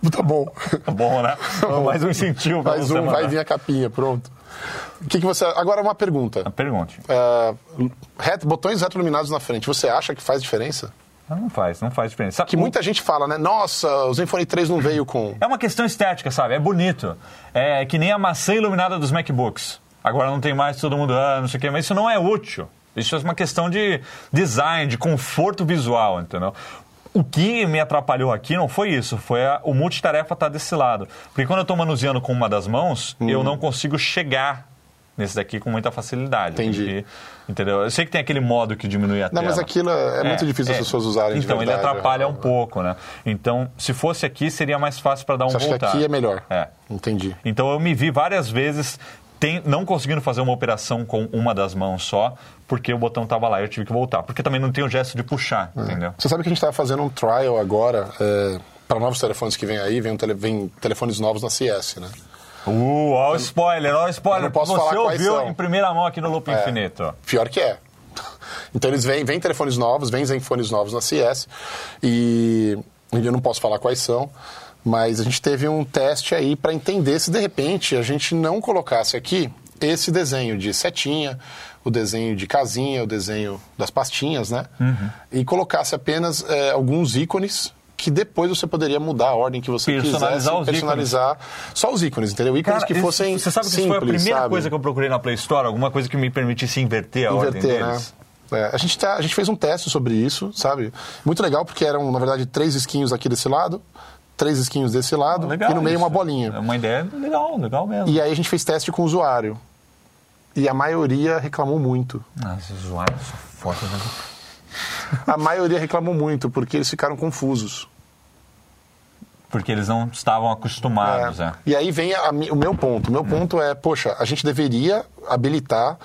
Speaker 3: É. tá bom.
Speaker 1: Tá bom, né? Mais um incentivo pra
Speaker 3: Mais
Speaker 1: você
Speaker 3: um, vai
Speaker 1: mandar.
Speaker 3: vir a capinha, pronto. O que, que você. Agora uma pergunta.
Speaker 1: Pergunte.
Speaker 3: É, reto, botões retroiluminados na frente, você acha que faz diferença?
Speaker 1: Não faz, não faz diferença. Sabe-
Speaker 3: Que muita gente fala, né? Nossa, o Zenfone 3 não veio com.
Speaker 1: É uma questão estética, sabe? É bonito. É que nem a maçã iluminada dos MacBooks. Agora não tem mais todo mundo, ah, não sei o quê, mas isso não é útil. Isso é uma questão de design, de conforto visual, entendeu? O que me atrapalhou aqui não foi isso, foi a- o multitarefa estar desse lado. Porque quando eu estou manuseando com uma das mãos,
Speaker 3: Uhum.
Speaker 1: eu não consigo chegar nesse daqui com muita facilidade. Tem
Speaker 3: Entendi.
Speaker 1: que- entendeu? Eu sei que tem aquele modo que diminui a
Speaker 3: Não,
Speaker 1: tela.
Speaker 3: mas aquilo é, é muito difícil as
Speaker 1: é.
Speaker 3: pessoas usarem de
Speaker 1: Então,
Speaker 3: verdade. é.
Speaker 1: ele atrapalha um pouco, né? Então, se fosse aqui, seria mais fácil para dar um
Speaker 3: Você acha
Speaker 1: voltar.
Speaker 3: que aqui é melhor?
Speaker 1: É.
Speaker 3: Entendi.
Speaker 1: Então eu me vi várias vezes tem- não conseguindo fazer uma operação com uma das mãos só, porque o botão estava lá e eu tive que voltar. Porque também não tem o gesto de puxar,
Speaker 3: É.
Speaker 1: entendeu?
Speaker 3: Você sabe que a gente estava fazendo um trial agora para novos telefones que vem aí, vem, um tele- vem telefones novos na CS, né?
Speaker 1: Uh, ó o spoiler, ó o spoiler.
Speaker 3: Eu não posso
Speaker 1: Você
Speaker 3: falar quais
Speaker 1: ouviu
Speaker 3: são. É.
Speaker 1: em primeira mão aqui no Loop Infinito. ó.
Speaker 3: Pior que é. Então eles vêm, vêm telefones novos, vêm zenfones novos na CS e eu não posso falar quais são, mas a gente teve um teste aí para entender se de repente a gente não colocasse aqui esse desenho de setinha, o desenho de casinha, o desenho das pastinhas, né?
Speaker 1: Uhum.
Speaker 3: E colocasse apenas eh, alguns ícones que depois você poderia mudar a ordem que você
Speaker 1: Personalizar
Speaker 3: quisesse,
Speaker 1: os
Speaker 3: personalizar só os ícones, entendeu? Ícones que
Speaker 1: isso-
Speaker 3: fossem
Speaker 1: você sabe que isso
Speaker 3: simples,
Speaker 1: foi a primeira
Speaker 3: sabe?
Speaker 1: coisa que eu procurei na Play Store? Alguma coisa que me permitisse inverter a ordem
Speaker 3: inverter, né?
Speaker 1: deles?
Speaker 3: É, a, gente tá- a gente fez um teste sobre isso, sabe? Muito legal, porque eram, na verdade, três esquinhos aqui desse lado, três esquinhos desse lado,
Speaker 1: Ah, Legal
Speaker 3: e no meio
Speaker 1: isso.
Speaker 3: uma bolinha.
Speaker 1: É uma ideia legal, legal mesmo.
Speaker 3: E aí a gente fez teste com o usuário. E a maioria reclamou muito.
Speaker 1: Ah, esses usuários são foda, né?
Speaker 3: A maioria reclamou muito, porque eles ficaram confusos.
Speaker 1: Porque eles não estavam acostumados,
Speaker 3: É.
Speaker 1: né?
Speaker 3: E aí vem a mi- o meu ponto. O meu ponto é, poxa, a gente deveria habilitar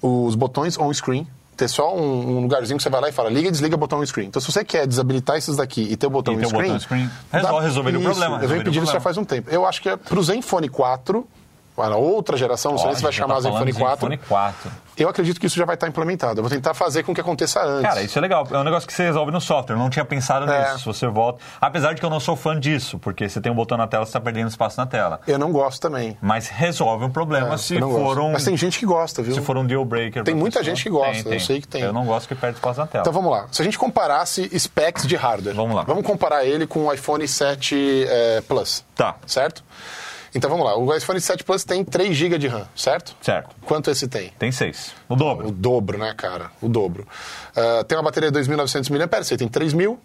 Speaker 3: os botões on-screen, ter só um, um lugarzinho que você vai lá e fala, liga e desliga o botão on-screen. Então, se você quer desabilitar esses daqui e ter o botão
Speaker 1: E ter o
Speaker 3: on-screen...
Speaker 1: botão on-screen, resolve- resolveria o
Speaker 3: Isso,
Speaker 1: problema,
Speaker 3: Eu venho
Speaker 1: resolveria o
Speaker 3: pedindo isso
Speaker 1: problema.
Speaker 3: já faz um tempo. Eu acho que é pro Zenfone 4, na outra geração, não sei
Speaker 1: tá
Speaker 3: nem se vai chamar Zenfone 4,
Speaker 1: Zenfone 4.
Speaker 3: eu acredito que isso já vai estar implementado. Eu vou tentar fazer com que aconteça antes.
Speaker 1: Cara, isso é legal. É um negócio que você resolve no software. Eu não tinha pensado
Speaker 3: É.
Speaker 1: nisso. Se você volta. Apesar de que eu não sou fã disso, porque você tem um botão na tela, você está perdendo espaço na tela.
Speaker 3: Eu não gosto também.
Speaker 1: Mas resolve um problema
Speaker 3: É,
Speaker 1: se
Speaker 3: eu não
Speaker 1: for
Speaker 3: gosto.
Speaker 1: um,
Speaker 3: Mas tem gente que gosta, viu?
Speaker 1: se for um deal breaker.
Speaker 3: Tem
Speaker 1: pra
Speaker 3: muita
Speaker 1: pessoa.
Speaker 3: gente que gosta, eu sei que tem.
Speaker 1: Eu não gosto que perde espaço na tela.
Speaker 3: Então vamos lá. Se a gente comparasse specs de hardware,
Speaker 1: Vamos lá.
Speaker 3: Vamos comparar ele com o iPhone 7 eh, Plus.
Speaker 1: Tá.
Speaker 3: Certo? Então vamos lá. O iPhone 7 Plus tem 3 GB de RAM, certo?
Speaker 1: Certo.
Speaker 3: Quanto esse tem?
Speaker 1: Tem seis. O
Speaker 3: O
Speaker 1: dobro.
Speaker 3: dobro, né, cara? O dobro. Ah, tem uma bateria de 2.900 mAh, você tem 3.000,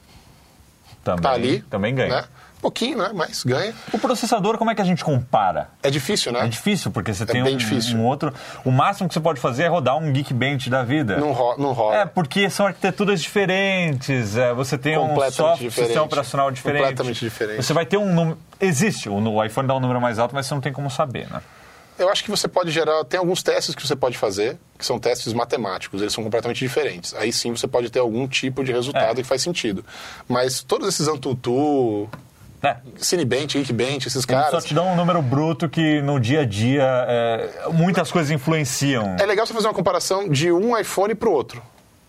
Speaker 1: Também,
Speaker 3: tá ali.
Speaker 1: Também ganha.
Speaker 3: Né? Pouquinho, né? Mas ganha.
Speaker 1: O processador, como é que a gente compara?
Speaker 3: É difícil, né?
Speaker 1: É difícil, porque você tem
Speaker 3: bem
Speaker 1: um,
Speaker 3: difícil.
Speaker 1: um outro. O máximo que você pode fazer é rodar um Geekbench da vida.
Speaker 3: Não, ro não rola.
Speaker 1: É, porque são arquiteturas diferentes, é, você tem um
Speaker 3: Completamente
Speaker 1: software,
Speaker 3: diferente.
Speaker 1: sistema operacional diferente.
Speaker 3: Completamente diferente.
Speaker 1: Você vai ter um número... Existe, o no- o iPhone dá um número mais alto, mas você não tem como saber, né?
Speaker 3: Eu acho que você pode gerar. Tem alguns testes que você pode fazer, que são testes matemáticos, eles são completamente diferentes. Aí sim você pode ter algum tipo de resultado
Speaker 1: É.
Speaker 3: que faz sentido. Mas todos esses Antutu,
Speaker 1: É,
Speaker 3: Cinebench, Geekbench, esses
Speaker 1: eles
Speaker 3: caras.
Speaker 1: só te dão um número bruto que no dia a dia é, muitas coisas influenciam.
Speaker 3: É legal você fazer uma comparação de um iPhone pro outro.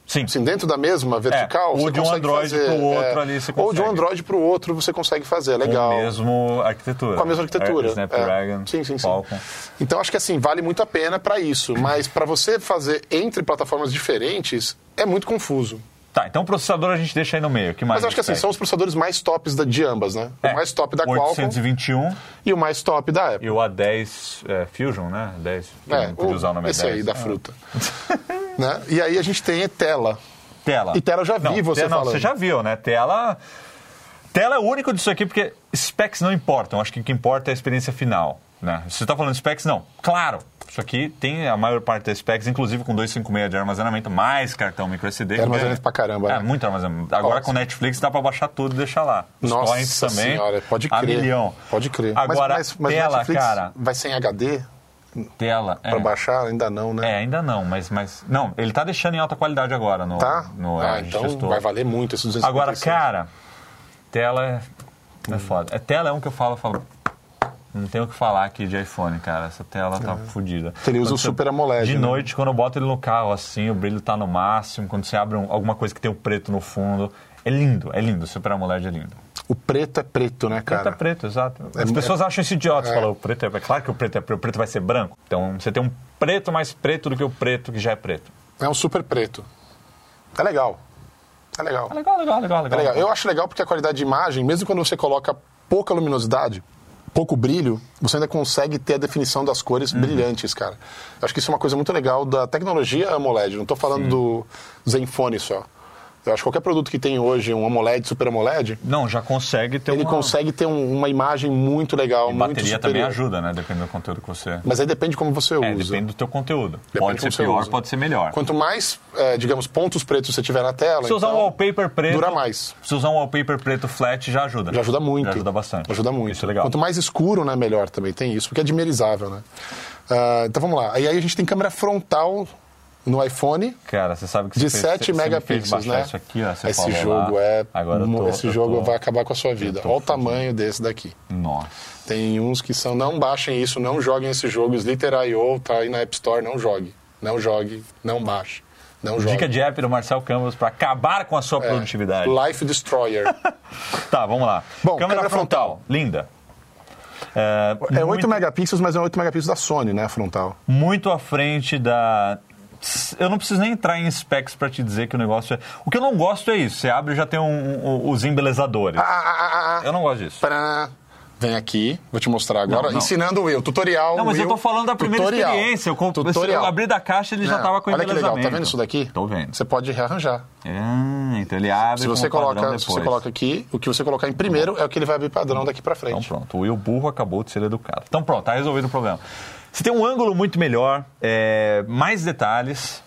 Speaker 1: Sim.
Speaker 3: Assim, dentro da mesma vertical,
Speaker 1: ou
Speaker 3: você
Speaker 1: de um
Speaker 3: consegue
Speaker 1: Android
Speaker 3: fazer,
Speaker 1: pro outro
Speaker 3: é,
Speaker 1: ali, você
Speaker 3: Ou de um
Speaker 1: consegue.
Speaker 3: Android pro outro você consegue fazer, é
Speaker 1: Com
Speaker 3: legal.
Speaker 1: a mesma arquitetura.
Speaker 3: Com a mesma arquitetura.
Speaker 1: É, Snapdragon,
Speaker 3: é. Sim, sim, sim.
Speaker 1: Qualcomm.
Speaker 3: Então acho que assim, vale muito a pena para isso. Mas para você fazer entre plataformas diferentes, é muito confuso.
Speaker 1: Tá, então o processador a gente deixa aí no meio. que mais
Speaker 3: Mas acho que assim,
Speaker 1: tem?
Speaker 3: são os processadores mais tops da- de ambas, né?
Speaker 1: É,
Speaker 3: O mais top da Qualcomm
Speaker 1: 821
Speaker 3: e o mais top da Apple.
Speaker 1: e o A10 é, Fusion, né? 10, que
Speaker 3: É,
Speaker 1: não podia
Speaker 3: o-
Speaker 1: usar o nome
Speaker 3: esse
Speaker 1: 10.
Speaker 3: aí, da
Speaker 1: É.
Speaker 3: fruta. né? E aí a gente tem tela.
Speaker 1: Tela.
Speaker 3: E tela eu já vi
Speaker 1: Não,
Speaker 3: você
Speaker 1: tela, Não,
Speaker 3: falando.
Speaker 1: você já viu, né? Tela. Tela é o único disso aqui, porque specs não importam. Acho que o que importa é a experiência final. Né? Se você está falando de specs, não. Claro! Isso aqui tem a maior parte das specs, inclusive com 256 de armazenamento, mais cartão microSD.
Speaker 3: É armazenamento pra caramba,
Speaker 1: É,
Speaker 3: né?
Speaker 1: muito armazenamento. Agora
Speaker 3: Ótimo.
Speaker 1: com Netflix dá pra baixar tudo e deixar lá. Os
Speaker 3: Nossa
Speaker 1: torrents também.
Speaker 3: senhora, pode
Speaker 1: A
Speaker 3: crer.
Speaker 1: milhão.
Speaker 3: Pode crer. Mas-
Speaker 1: Agora,
Speaker 3: mas, mas
Speaker 1: tela,
Speaker 3: Netflix
Speaker 1: cara.
Speaker 3: vai sem HD
Speaker 1: Tela. é.
Speaker 3: pra baixar? Ainda não, né?
Speaker 1: É, ainda não, mas, mas. Não, ele tá deixando em alta qualidade agora no.
Speaker 3: Tá?
Speaker 1: No, é,
Speaker 3: ah,
Speaker 1: a gente
Speaker 3: então
Speaker 1: testou.
Speaker 3: vai valer muito esses 256.
Speaker 1: Agora, cara, tela é. É foda. É, tela é um que eu falo, eu falo. Não tenho o que falar aqui de iPhone, cara. Essa tela tá fodida.
Speaker 3: Ele É. usa
Speaker 1: Quando
Speaker 3: o
Speaker 1: você-
Speaker 3: Super AMOLED,
Speaker 1: De
Speaker 3: né?
Speaker 1: noite, quando eu boto ele no carro assim, o brilho tá no máximo. Quando você abre um- alguma coisa que tem o preto no fundo. É lindo, é lindo. O Super AMOLED é lindo.
Speaker 3: O preto é preto, né,
Speaker 1: Preto
Speaker 3: cara?
Speaker 1: é preto, exato. As
Speaker 3: é-
Speaker 1: pessoas acham isso idiota. Falam, o preto é. Claro que o preto é preto, o preto vai ser branco. Então você tem um preto mais preto do que o preto que já é preto.
Speaker 3: É um super preto. É legal. É legal.
Speaker 1: É legal, legal, legal,
Speaker 3: É
Speaker 1: legal.
Speaker 3: legal. Eu acho legal porque a qualidade de imagem, mesmo quando você coloca pouca luminosidade, pouco brilho, você ainda consegue ter a definição das cores
Speaker 1: Uhum.
Speaker 3: brilhantes, cara. Eu acho que isso é uma coisa muito legal da tecnologia AMOLED. Não estou falando do Zenfone só. Eu acho que qualquer produto que tem hoje um AMOLED, Super AMOLED,
Speaker 1: Não, já consegue ter
Speaker 3: ele
Speaker 1: uma...
Speaker 3: consegue ter um- uma imagem muito legal,
Speaker 1: E
Speaker 3: muito
Speaker 1: bateria
Speaker 3: superior.
Speaker 1: também ajuda, né? Depende do conteúdo que você...
Speaker 3: Mas aí depende de como você
Speaker 1: É,
Speaker 3: usa.
Speaker 1: depende do teu conteúdo.
Speaker 3: Depende
Speaker 1: pode
Speaker 3: como
Speaker 1: ser
Speaker 3: você
Speaker 1: pior,
Speaker 3: usa.
Speaker 1: pode ser melhor.
Speaker 3: Quanto mais, eh, digamos, pontos pretos você tiver na tela,
Speaker 1: Se usar um
Speaker 3: então,
Speaker 1: wallpaper preto...
Speaker 3: dura mais.
Speaker 1: Se usar um wallpaper preto flat, já ajuda.
Speaker 3: Já ajuda muito.
Speaker 1: Já ajuda bastante.
Speaker 3: Ajuda muito.
Speaker 1: Isso é legal.
Speaker 3: Quanto mais escuro, né, melhor também. Tem isso, porque é admirizável, né? Ah, então vamos lá. E aí a gente tem câmera frontal no iPhone.
Speaker 1: Cara, você sabe que
Speaker 3: De
Speaker 1: você fez-
Speaker 3: 7
Speaker 1: você me fez
Speaker 3: megapixels,
Speaker 1: baixar
Speaker 3: né?
Speaker 1: Isso aqui, ó, você
Speaker 3: esse
Speaker 1: falou lá.
Speaker 3: jogo é.
Speaker 1: Agora eu
Speaker 3: mo-
Speaker 1: tô-
Speaker 3: esse
Speaker 1: eu
Speaker 3: jogo
Speaker 1: tô-
Speaker 3: vai acabar com a sua vida.
Speaker 1: tô
Speaker 3: Olha o
Speaker 1: fudido.
Speaker 3: tamanho desse daqui.
Speaker 1: Nossa.
Speaker 3: Tem uns que são. Não baixem isso, não joguem esse jogo. Slither.io tá aí na App Store, não jogue. Não jogue, não baixe. Não jogue.
Speaker 1: Dica de app do Marcel Campos pra acabar com a sua
Speaker 3: É,
Speaker 1: produtividade.
Speaker 3: Life Destroyer.
Speaker 1: Tá, vamos lá.
Speaker 3: Bom,
Speaker 1: câmera,
Speaker 3: câmera
Speaker 1: frontal. Linda. É,
Speaker 3: é 8
Speaker 1: muito,
Speaker 3: megapixels, mas é 8 megapixels da Sony, né, frontal.
Speaker 1: muito à frente da... Eu não preciso nem entrar em specs pra te dizer que o negócio é... O que eu não gosto é isso. Você abre e já tem um- um- os embelezadores.
Speaker 3: Ah, ah, ah, ah, ah.
Speaker 1: Eu não gosto disso.
Speaker 3: Pará. Vem aqui, vou te mostrar agora.
Speaker 1: Não, não.
Speaker 3: Ensinando o Will, tutorial.
Speaker 1: Não, mas eu
Speaker 3: Will,
Speaker 1: tô falando da primeira
Speaker 3: tutorial.
Speaker 1: experiência. Eu, comp...
Speaker 3: tutorial.
Speaker 1: eu abri da caixa ele já
Speaker 3: Não,
Speaker 1: tava com
Speaker 3: Olha que legal, tá
Speaker 1: embelezamento.
Speaker 3: vendo isso daqui?
Speaker 1: Tô vendo.
Speaker 3: Você pode rearranjar.
Speaker 1: Ah, então ele abre
Speaker 3: Se
Speaker 1: com
Speaker 3: você,
Speaker 1: o padrão
Speaker 3: coloca,
Speaker 1: depois.
Speaker 3: se você coloca aqui, o que você colocar em primeiro é o que ele vai abrir padrão daqui pra
Speaker 1: Então
Speaker 3: frente.
Speaker 1: pronto, o eu burro acabou de ser educado. Então pronto, tá resolvido o problema. Você tem um ângulo muito melhor, é, mais detalhes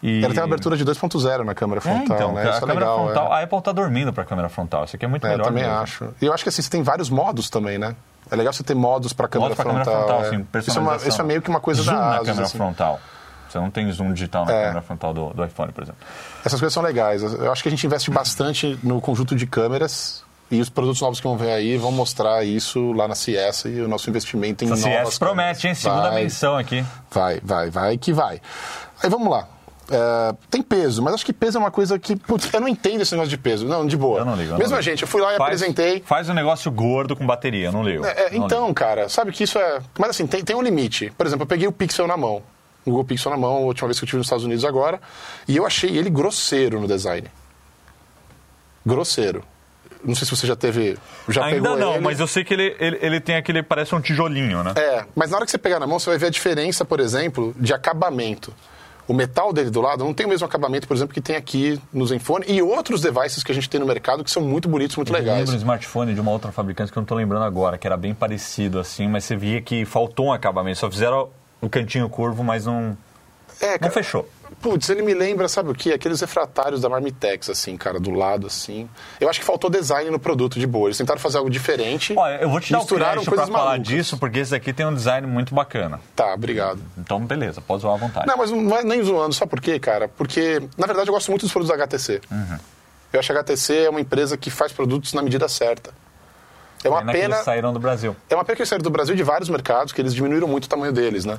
Speaker 1: e...
Speaker 3: Ele tem uma abertura de 2.0 na câmera
Speaker 1: Então, É,
Speaker 3: frontal,
Speaker 1: então,
Speaker 3: né?
Speaker 1: cara,
Speaker 3: Isso
Speaker 1: a
Speaker 3: é
Speaker 1: câmera
Speaker 3: legal.
Speaker 1: frontal...
Speaker 3: é.
Speaker 1: A Apple tá dormindo pra câmera frontal, isso aqui é muito
Speaker 3: É, eu
Speaker 1: melhor.
Speaker 3: também
Speaker 1: mesmo.
Speaker 3: acho. E eu acho que assim, você tem vários modos também, né? É legal você ter modos pra câmera
Speaker 1: Modos pra
Speaker 3: frontal.
Speaker 1: câmera frontal,
Speaker 3: é.
Speaker 1: assim,
Speaker 3: isso, é uma-
Speaker 1: personalização.
Speaker 3: isso é meio que uma coisa
Speaker 1: zoom
Speaker 3: da
Speaker 1: na
Speaker 3: Asus,
Speaker 1: câmera
Speaker 3: assim.
Speaker 1: frontal. Você não tem zoom digital na
Speaker 3: É.
Speaker 1: câmera frontal do, do iPhone, por exemplo.
Speaker 3: Essas coisas são legais. Eu acho que a gente investe bastante no conjunto de câmeras e os produtos novos que vão ver aí vão mostrar isso lá na CS e o nosso investimento em
Speaker 1: Essa
Speaker 3: novas
Speaker 1: CS promete, hein?
Speaker 3: câmeras.
Speaker 1: Segunda
Speaker 3: vai,
Speaker 1: menção aqui.
Speaker 3: Vai, vai, vai que vai. Aí vamos lá. É, tem peso, mas acho que peso é uma coisa que. Putz, eu não entendo esse negócio de peso. Não, de boa.
Speaker 1: Eu não ligo. eu não
Speaker 3: Mesmo
Speaker 1: ligo.
Speaker 3: a gente, eu fui lá e
Speaker 1: Faz-
Speaker 3: apresentei.
Speaker 1: Faz um negócio gordo com bateria, eu não ligo.
Speaker 3: É, é,
Speaker 1: Não
Speaker 3: então, cara, sabe que isso é. Mas assim, tem, tem um limite. Por exemplo, eu peguei o Pixel na mão. O Google Pixel na mão, a última vez que eu estive nos Estados Unidos agora. E eu achei ele grosseiro no design. Grosseiro. Não sei se você já teve. Já
Speaker 1: Ainda
Speaker 3: pegou
Speaker 1: não,
Speaker 3: ele.
Speaker 1: mas eu sei que ele, ele, ele tem aquele, parece um tijolinho, né?
Speaker 3: É, mas na hora que você pegar na mão, você vai ver a diferença, por exemplo, de acabamento. O metal dele do lado não tem o mesmo acabamento, por exemplo, que tem aqui no Zenfone e outros devices que a gente tem no mercado que são muito bonitos, muito
Speaker 1: Eu
Speaker 3: legais.
Speaker 1: lembro um smartphone de uma outra fabricante que eu não tô lembrando agora, que era bem parecido assim, mas você via que faltou um acabamento. Só fizeram o cantinho curvo, mas não,
Speaker 3: É,
Speaker 1: não
Speaker 3: cara,
Speaker 1: fechou.
Speaker 3: Putz, ele me lembra, sabe o quê? Aqueles refratários da Marmitex, assim, cara, do lado, assim. Eu acho que faltou design no produto, de boa. Eles tentaram fazer algo diferente.
Speaker 1: Olha, eu vou te dar o
Speaker 3: misturaram
Speaker 1: crédito pra
Speaker 3: coisas
Speaker 1: falar
Speaker 3: malucas.
Speaker 1: disso, porque esse aqui tem um design muito bacana.
Speaker 3: Tá, obrigado.
Speaker 1: Então, beleza, pode zoar à vontade.
Speaker 3: Não, mas não é nem zoando, sabe por quê, cara? Porque, na verdade, eu gosto muito dos produtos da HTC.
Speaker 1: Uhum.
Speaker 3: Eu acho que a HTC é uma empresa que faz produtos na medida certa. É uma
Speaker 1: Pena que
Speaker 3: pena.
Speaker 1: eles saíram do Brasil.
Speaker 3: É uma pena que eles saíram do Brasil de vários mercados, que eles diminuíram muito o tamanho deles, né?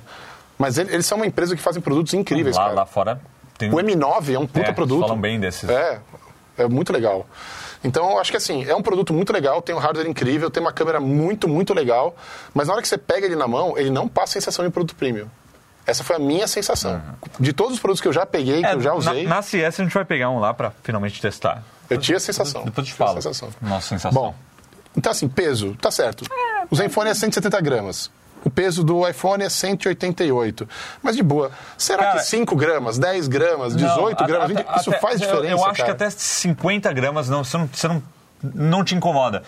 Speaker 3: Mas ele- eles são uma empresa que fazem produtos incríveis,
Speaker 1: Lá,
Speaker 3: cara.
Speaker 1: lá fora tem
Speaker 3: O M9 é um
Speaker 1: É,
Speaker 3: puta
Speaker 1: eles
Speaker 3: produto.
Speaker 1: falam bem desses.
Speaker 3: É, é muito legal. Então, eu acho que assim, é um produto muito legal, tem um hardware incrível, tem uma câmera muito, muito legal, mas na hora que você pega ele na mão, ele não passa a sensação de produto premium. Essa foi a minha sensação. De todos os produtos que eu já peguei, que
Speaker 1: Uhum. É,
Speaker 3: eu já usei,
Speaker 1: Na, na CS a gente vai pegar um lá pra finalmente testar.
Speaker 3: eu tinha a sensação.
Speaker 1: Depois eu te
Speaker 3: Tinha a
Speaker 1: falo.
Speaker 3: sensação.
Speaker 1: Nossa sensação.
Speaker 3: Bom, então assim, peso, tá certo. O Zenfone é 170 gramas. O peso do iPhone é 188. Mas de boa. Será
Speaker 1: Cara,
Speaker 3: que 5 gramas, 10 gramas, 18
Speaker 1: Não,
Speaker 3: gramas,
Speaker 1: até-
Speaker 3: 20, isso
Speaker 1: até-
Speaker 3: faz
Speaker 1: eu-
Speaker 3: diferença?
Speaker 1: Eu, acho
Speaker 3: cara.
Speaker 1: que até 50 gramas não, você não, você não, não te incomoda.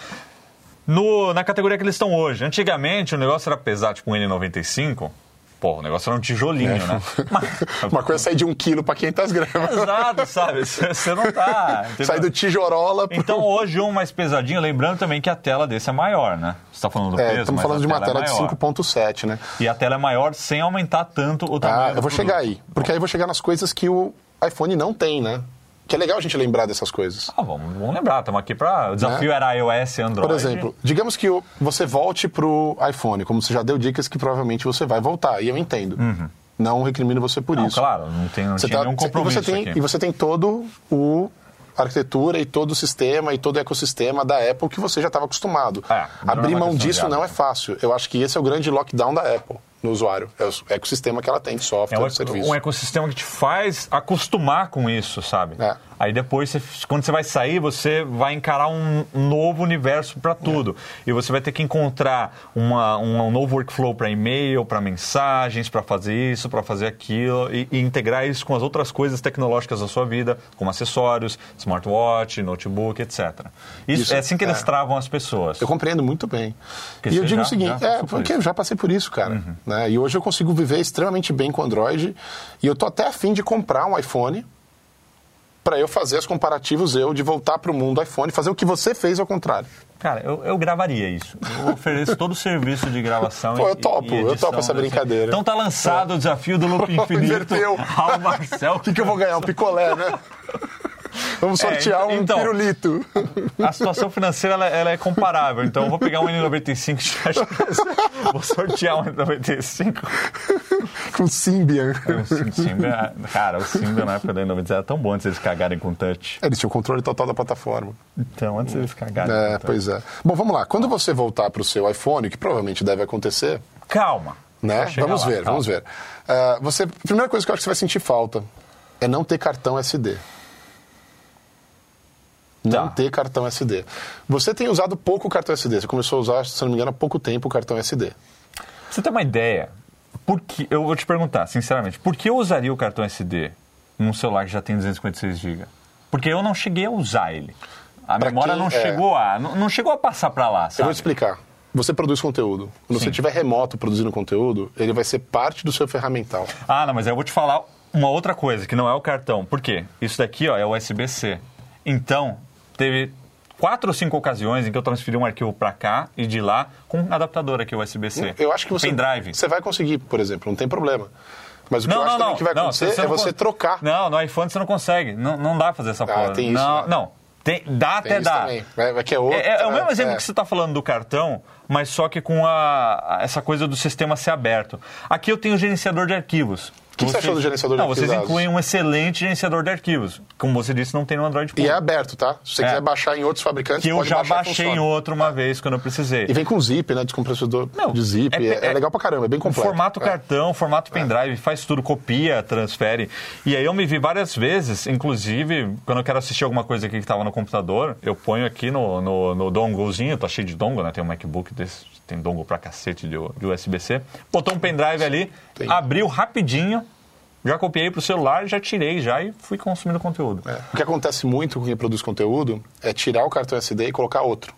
Speaker 1: No, na categoria que eles estão hoje. Antigamente o negócio era pesar tipo um N95. Porra, o negócio era um tijolinho, né? Mas-
Speaker 3: É. Uma coisa é sair de 1 kg para 500 gramas.
Speaker 1: Pesado, sabe? Você você não tá. entendeu?
Speaker 3: Sair do tijorola pro...
Speaker 1: Então hoje um mais pesadinho, lembrando também que a tela desse é maior, né? Você tá falando do
Speaker 3: É,
Speaker 1: peso,
Speaker 3: estamos
Speaker 1: mas
Speaker 3: falando
Speaker 1: a
Speaker 3: de uma tela
Speaker 1: é
Speaker 3: de
Speaker 1: maior.
Speaker 3: 5.7, né?
Speaker 1: E a tela é maior sem aumentar tanto o tamanho.
Speaker 3: Ah, eu
Speaker 1: do
Speaker 3: vou
Speaker 1: produto.
Speaker 3: chegar aí. Porque aí eu vou chegar nas coisas que o iPhone não tem, né? Que é legal a gente lembrar dessas coisas.
Speaker 1: Ah, vamos, vamos lembrar, estamos aqui para. O desafio era iOS e Android.
Speaker 3: Né? Por exemplo, digamos que o- você volte pro iPhone, como você já deu dicas que provavelmente você vai voltar, e eu entendo. Não recrimino você por
Speaker 1: Uhum. Não,
Speaker 3: isso.
Speaker 1: claro, não tem não
Speaker 3: Você
Speaker 1: tinha
Speaker 3: tá-
Speaker 1: nenhum
Speaker 3: cê- e,
Speaker 1: compromisso
Speaker 3: você tem,
Speaker 1: aqui.
Speaker 3: e você tem todo o a arquitetura e todo o sistema e todo o ecossistema da Apple que você já estava acostumado.
Speaker 1: É, não é
Speaker 3: Abrir
Speaker 1: uma
Speaker 3: mão
Speaker 1: questão
Speaker 3: disso
Speaker 1: de
Speaker 3: não é
Speaker 1: hábito.
Speaker 3: fácil. Eu acho que esse é o grande lockdown da Apple no usuário. É o ecossistema que ela tem,
Speaker 1: É
Speaker 3: software,
Speaker 1: um,
Speaker 3: serviço.
Speaker 1: um ecossistema que te faz acostumar com isso, sabe?
Speaker 3: É.
Speaker 1: Aí depois, você- quando você vai sair, você vai encarar um novo universo para tudo.
Speaker 3: É.
Speaker 1: E você vai ter que encontrar uma, um, um novo workflow para e-mail, para mensagens, para fazer isso, para fazer aquilo, e, e integrar isso com as outras coisas tecnológicas da sua vida, como acessórios, smartwatch, notebook, etc. Isso,
Speaker 3: Isso,
Speaker 1: é assim que eles
Speaker 3: é.
Speaker 1: travam as pessoas.
Speaker 3: Eu compreendo muito bem.
Speaker 1: Porque
Speaker 3: e eu
Speaker 1: você
Speaker 3: digo
Speaker 1: já-
Speaker 3: o seguinte,
Speaker 1: já
Speaker 3: é,
Speaker 1: passou por Uhum.
Speaker 3: porque eu já passei por isso, cara. né? E hoje eu consigo viver extremamente bem com Android. E eu tô até afim de comprar um iPhone para eu fazer os comparativos, eu, de voltar para o mundo iPhone, fazer o que você fez ao contrário.
Speaker 1: Cara, eu, eu gravaria isso. Eu ofereço todo o serviço de gravação.
Speaker 3: Pô,
Speaker 1: e-
Speaker 3: eu topo,
Speaker 1: e
Speaker 3: eu
Speaker 1: edição
Speaker 3: topo essa
Speaker 1: desse-
Speaker 3: brincadeira.
Speaker 1: Então tá lançado o desafio do Loop Infinito
Speaker 3: Inverteu.
Speaker 1: ao Marcel.
Speaker 3: O que, que eu vou ganhar? Um picolé, né? Vamos
Speaker 1: É,
Speaker 3: sortear
Speaker 1: então- então-
Speaker 3: um pirulito.
Speaker 1: A situação financeira ela, ela é comparável. Então eu vou pegar um N95 de caixa- Vou sortear um N95.
Speaker 3: com Symbian.
Speaker 1: O Sim- Simba, cara, o Simba na época do N95 era tão bom antes eles cagarem com touch.
Speaker 3: Eles tinham controle total da plataforma.
Speaker 1: Então, antes eles cagarem
Speaker 3: É,
Speaker 1: com touch.
Speaker 3: pois é. Bom, vamos lá. Quando você voltar para o seu iPhone, que provavelmente deve acontecer,
Speaker 1: Calma.
Speaker 3: né?
Speaker 1: Vai chegar
Speaker 3: Vamos
Speaker 1: lá,
Speaker 3: ver,
Speaker 1: calma.
Speaker 3: vamos ver. Ah, você, a primeira coisa que eu acho que você vai sentir falta é não ter cartão SD. Não
Speaker 1: Tá.
Speaker 3: ter cartão SD. Você tem usado pouco o cartão SD. Você começou a usar, se não me engano, há pouco tempo o cartão SD.
Speaker 1: Pra você ter uma ideia, por que, eu vou te perguntar, sinceramente, por que eu usaria o cartão SD num celular que já tem 256 GB? Porque eu não cheguei a usar ele. A
Speaker 3: Pra
Speaker 1: memória
Speaker 3: quem-
Speaker 1: não
Speaker 3: é.
Speaker 1: chegou a não, não chegou a passar para lá,
Speaker 3: Eu
Speaker 1: sabe?
Speaker 3: vou te explicar. Você produz conteúdo. Quando você
Speaker 1: Sim.
Speaker 3: estiver remoto produzindo conteúdo, ele vai ser parte do seu ferramental.
Speaker 1: Ah, não, mas aí eu vou te falar uma outra coisa que não é o cartão. Por quê? Isso daqui, ó, é USB-C. Então, teve quatro ou cinco ocasiões em que eu transferi um arquivo para cá e de lá com um adaptador aqui USB-C.
Speaker 3: Eu acho que você,
Speaker 1: pendrive.
Speaker 3: você vai conseguir, por exemplo, não tem problema. Mas o que eu
Speaker 1: Não,
Speaker 3: acho
Speaker 1: não,
Speaker 3: também
Speaker 1: não.
Speaker 3: que vai
Speaker 1: Não,
Speaker 3: acontecer é
Speaker 1: não
Speaker 3: você
Speaker 1: con-
Speaker 3: trocar.
Speaker 1: Não, no iPhone você não consegue. Não, não dá pra fazer essa porra.
Speaker 3: tem isso,
Speaker 1: Não,
Speaker 3: né?
Speaker 1: não. Tem- dá
Speaker 3: Tem
Speaker 1: até
Speaker 3: isso
Speaker 1: dá.
Speaker 3: também. É, é que é outro,
Speaker 1: É, é o
Speaker 3: né?
Speaker 1: mesmo exemplo
Speaker 3: É.
Speaker 1: que você está falando do cartão, mas só que com a, a- essa coisa do sistema ser aberto. Aqui eu tenho o gerenciador de arquivos. O
Speaker 3: que você achou do gerenciador de
Speaker 1: não,
Speaker 3: arquivos,
Speaker 1: Vocês
Speaker 3: Asus?
Speaker 1: incluem um excelente gerenciador de arquivos. Como você disse, não tem no Android
Speaker 3: E
Speaker 1: Phone.
Speaker 3: é aberto, tá? Se você
Speaker 1: É.
Speaker 3: quiser baixar em outros fabricantes,
Speaker 1: que eu
Speaker 3: pode
Speaker 1: já
Speaker 3: baixar,
Speaker 1: baixei em
Speaker 3: funciona.
Speaker 1: outro uma vez quando eu precisei.
Speaker 3: E vem com zip, né? Descompressador
Speaker 1: Não,
Speaker 3: de zip.
Speaker 1: é-
Speaker 3: É, é
Speaker 1: é-
Speaker 3: legal pra caramba, é bem completo.
Speaker 1: Formato
Speaker 3: É.
Speaker 1: cartão, formato pendrive, faz tudo, copia, transfere. E aí eu me vi várias vezes, inclusive, quando eu quero assistir alguma coisa aqui que estava no computador, eu ponho aqui no, no, no donglezinho, tá cheio de dongle, né? Tem um MacBook desse, tem dongle pra cacete de, U- de USB-C. Botou um pendrive ali,
Speaker 3: Tem.
Speaker 1: abriu rapidinho, já copiei pro celular, já tirei já e fui consumindo conteúdo.
Speaker 3: É. O que acontece muito com quem produz conteúdo é tirar o cartão SD e colocar outro.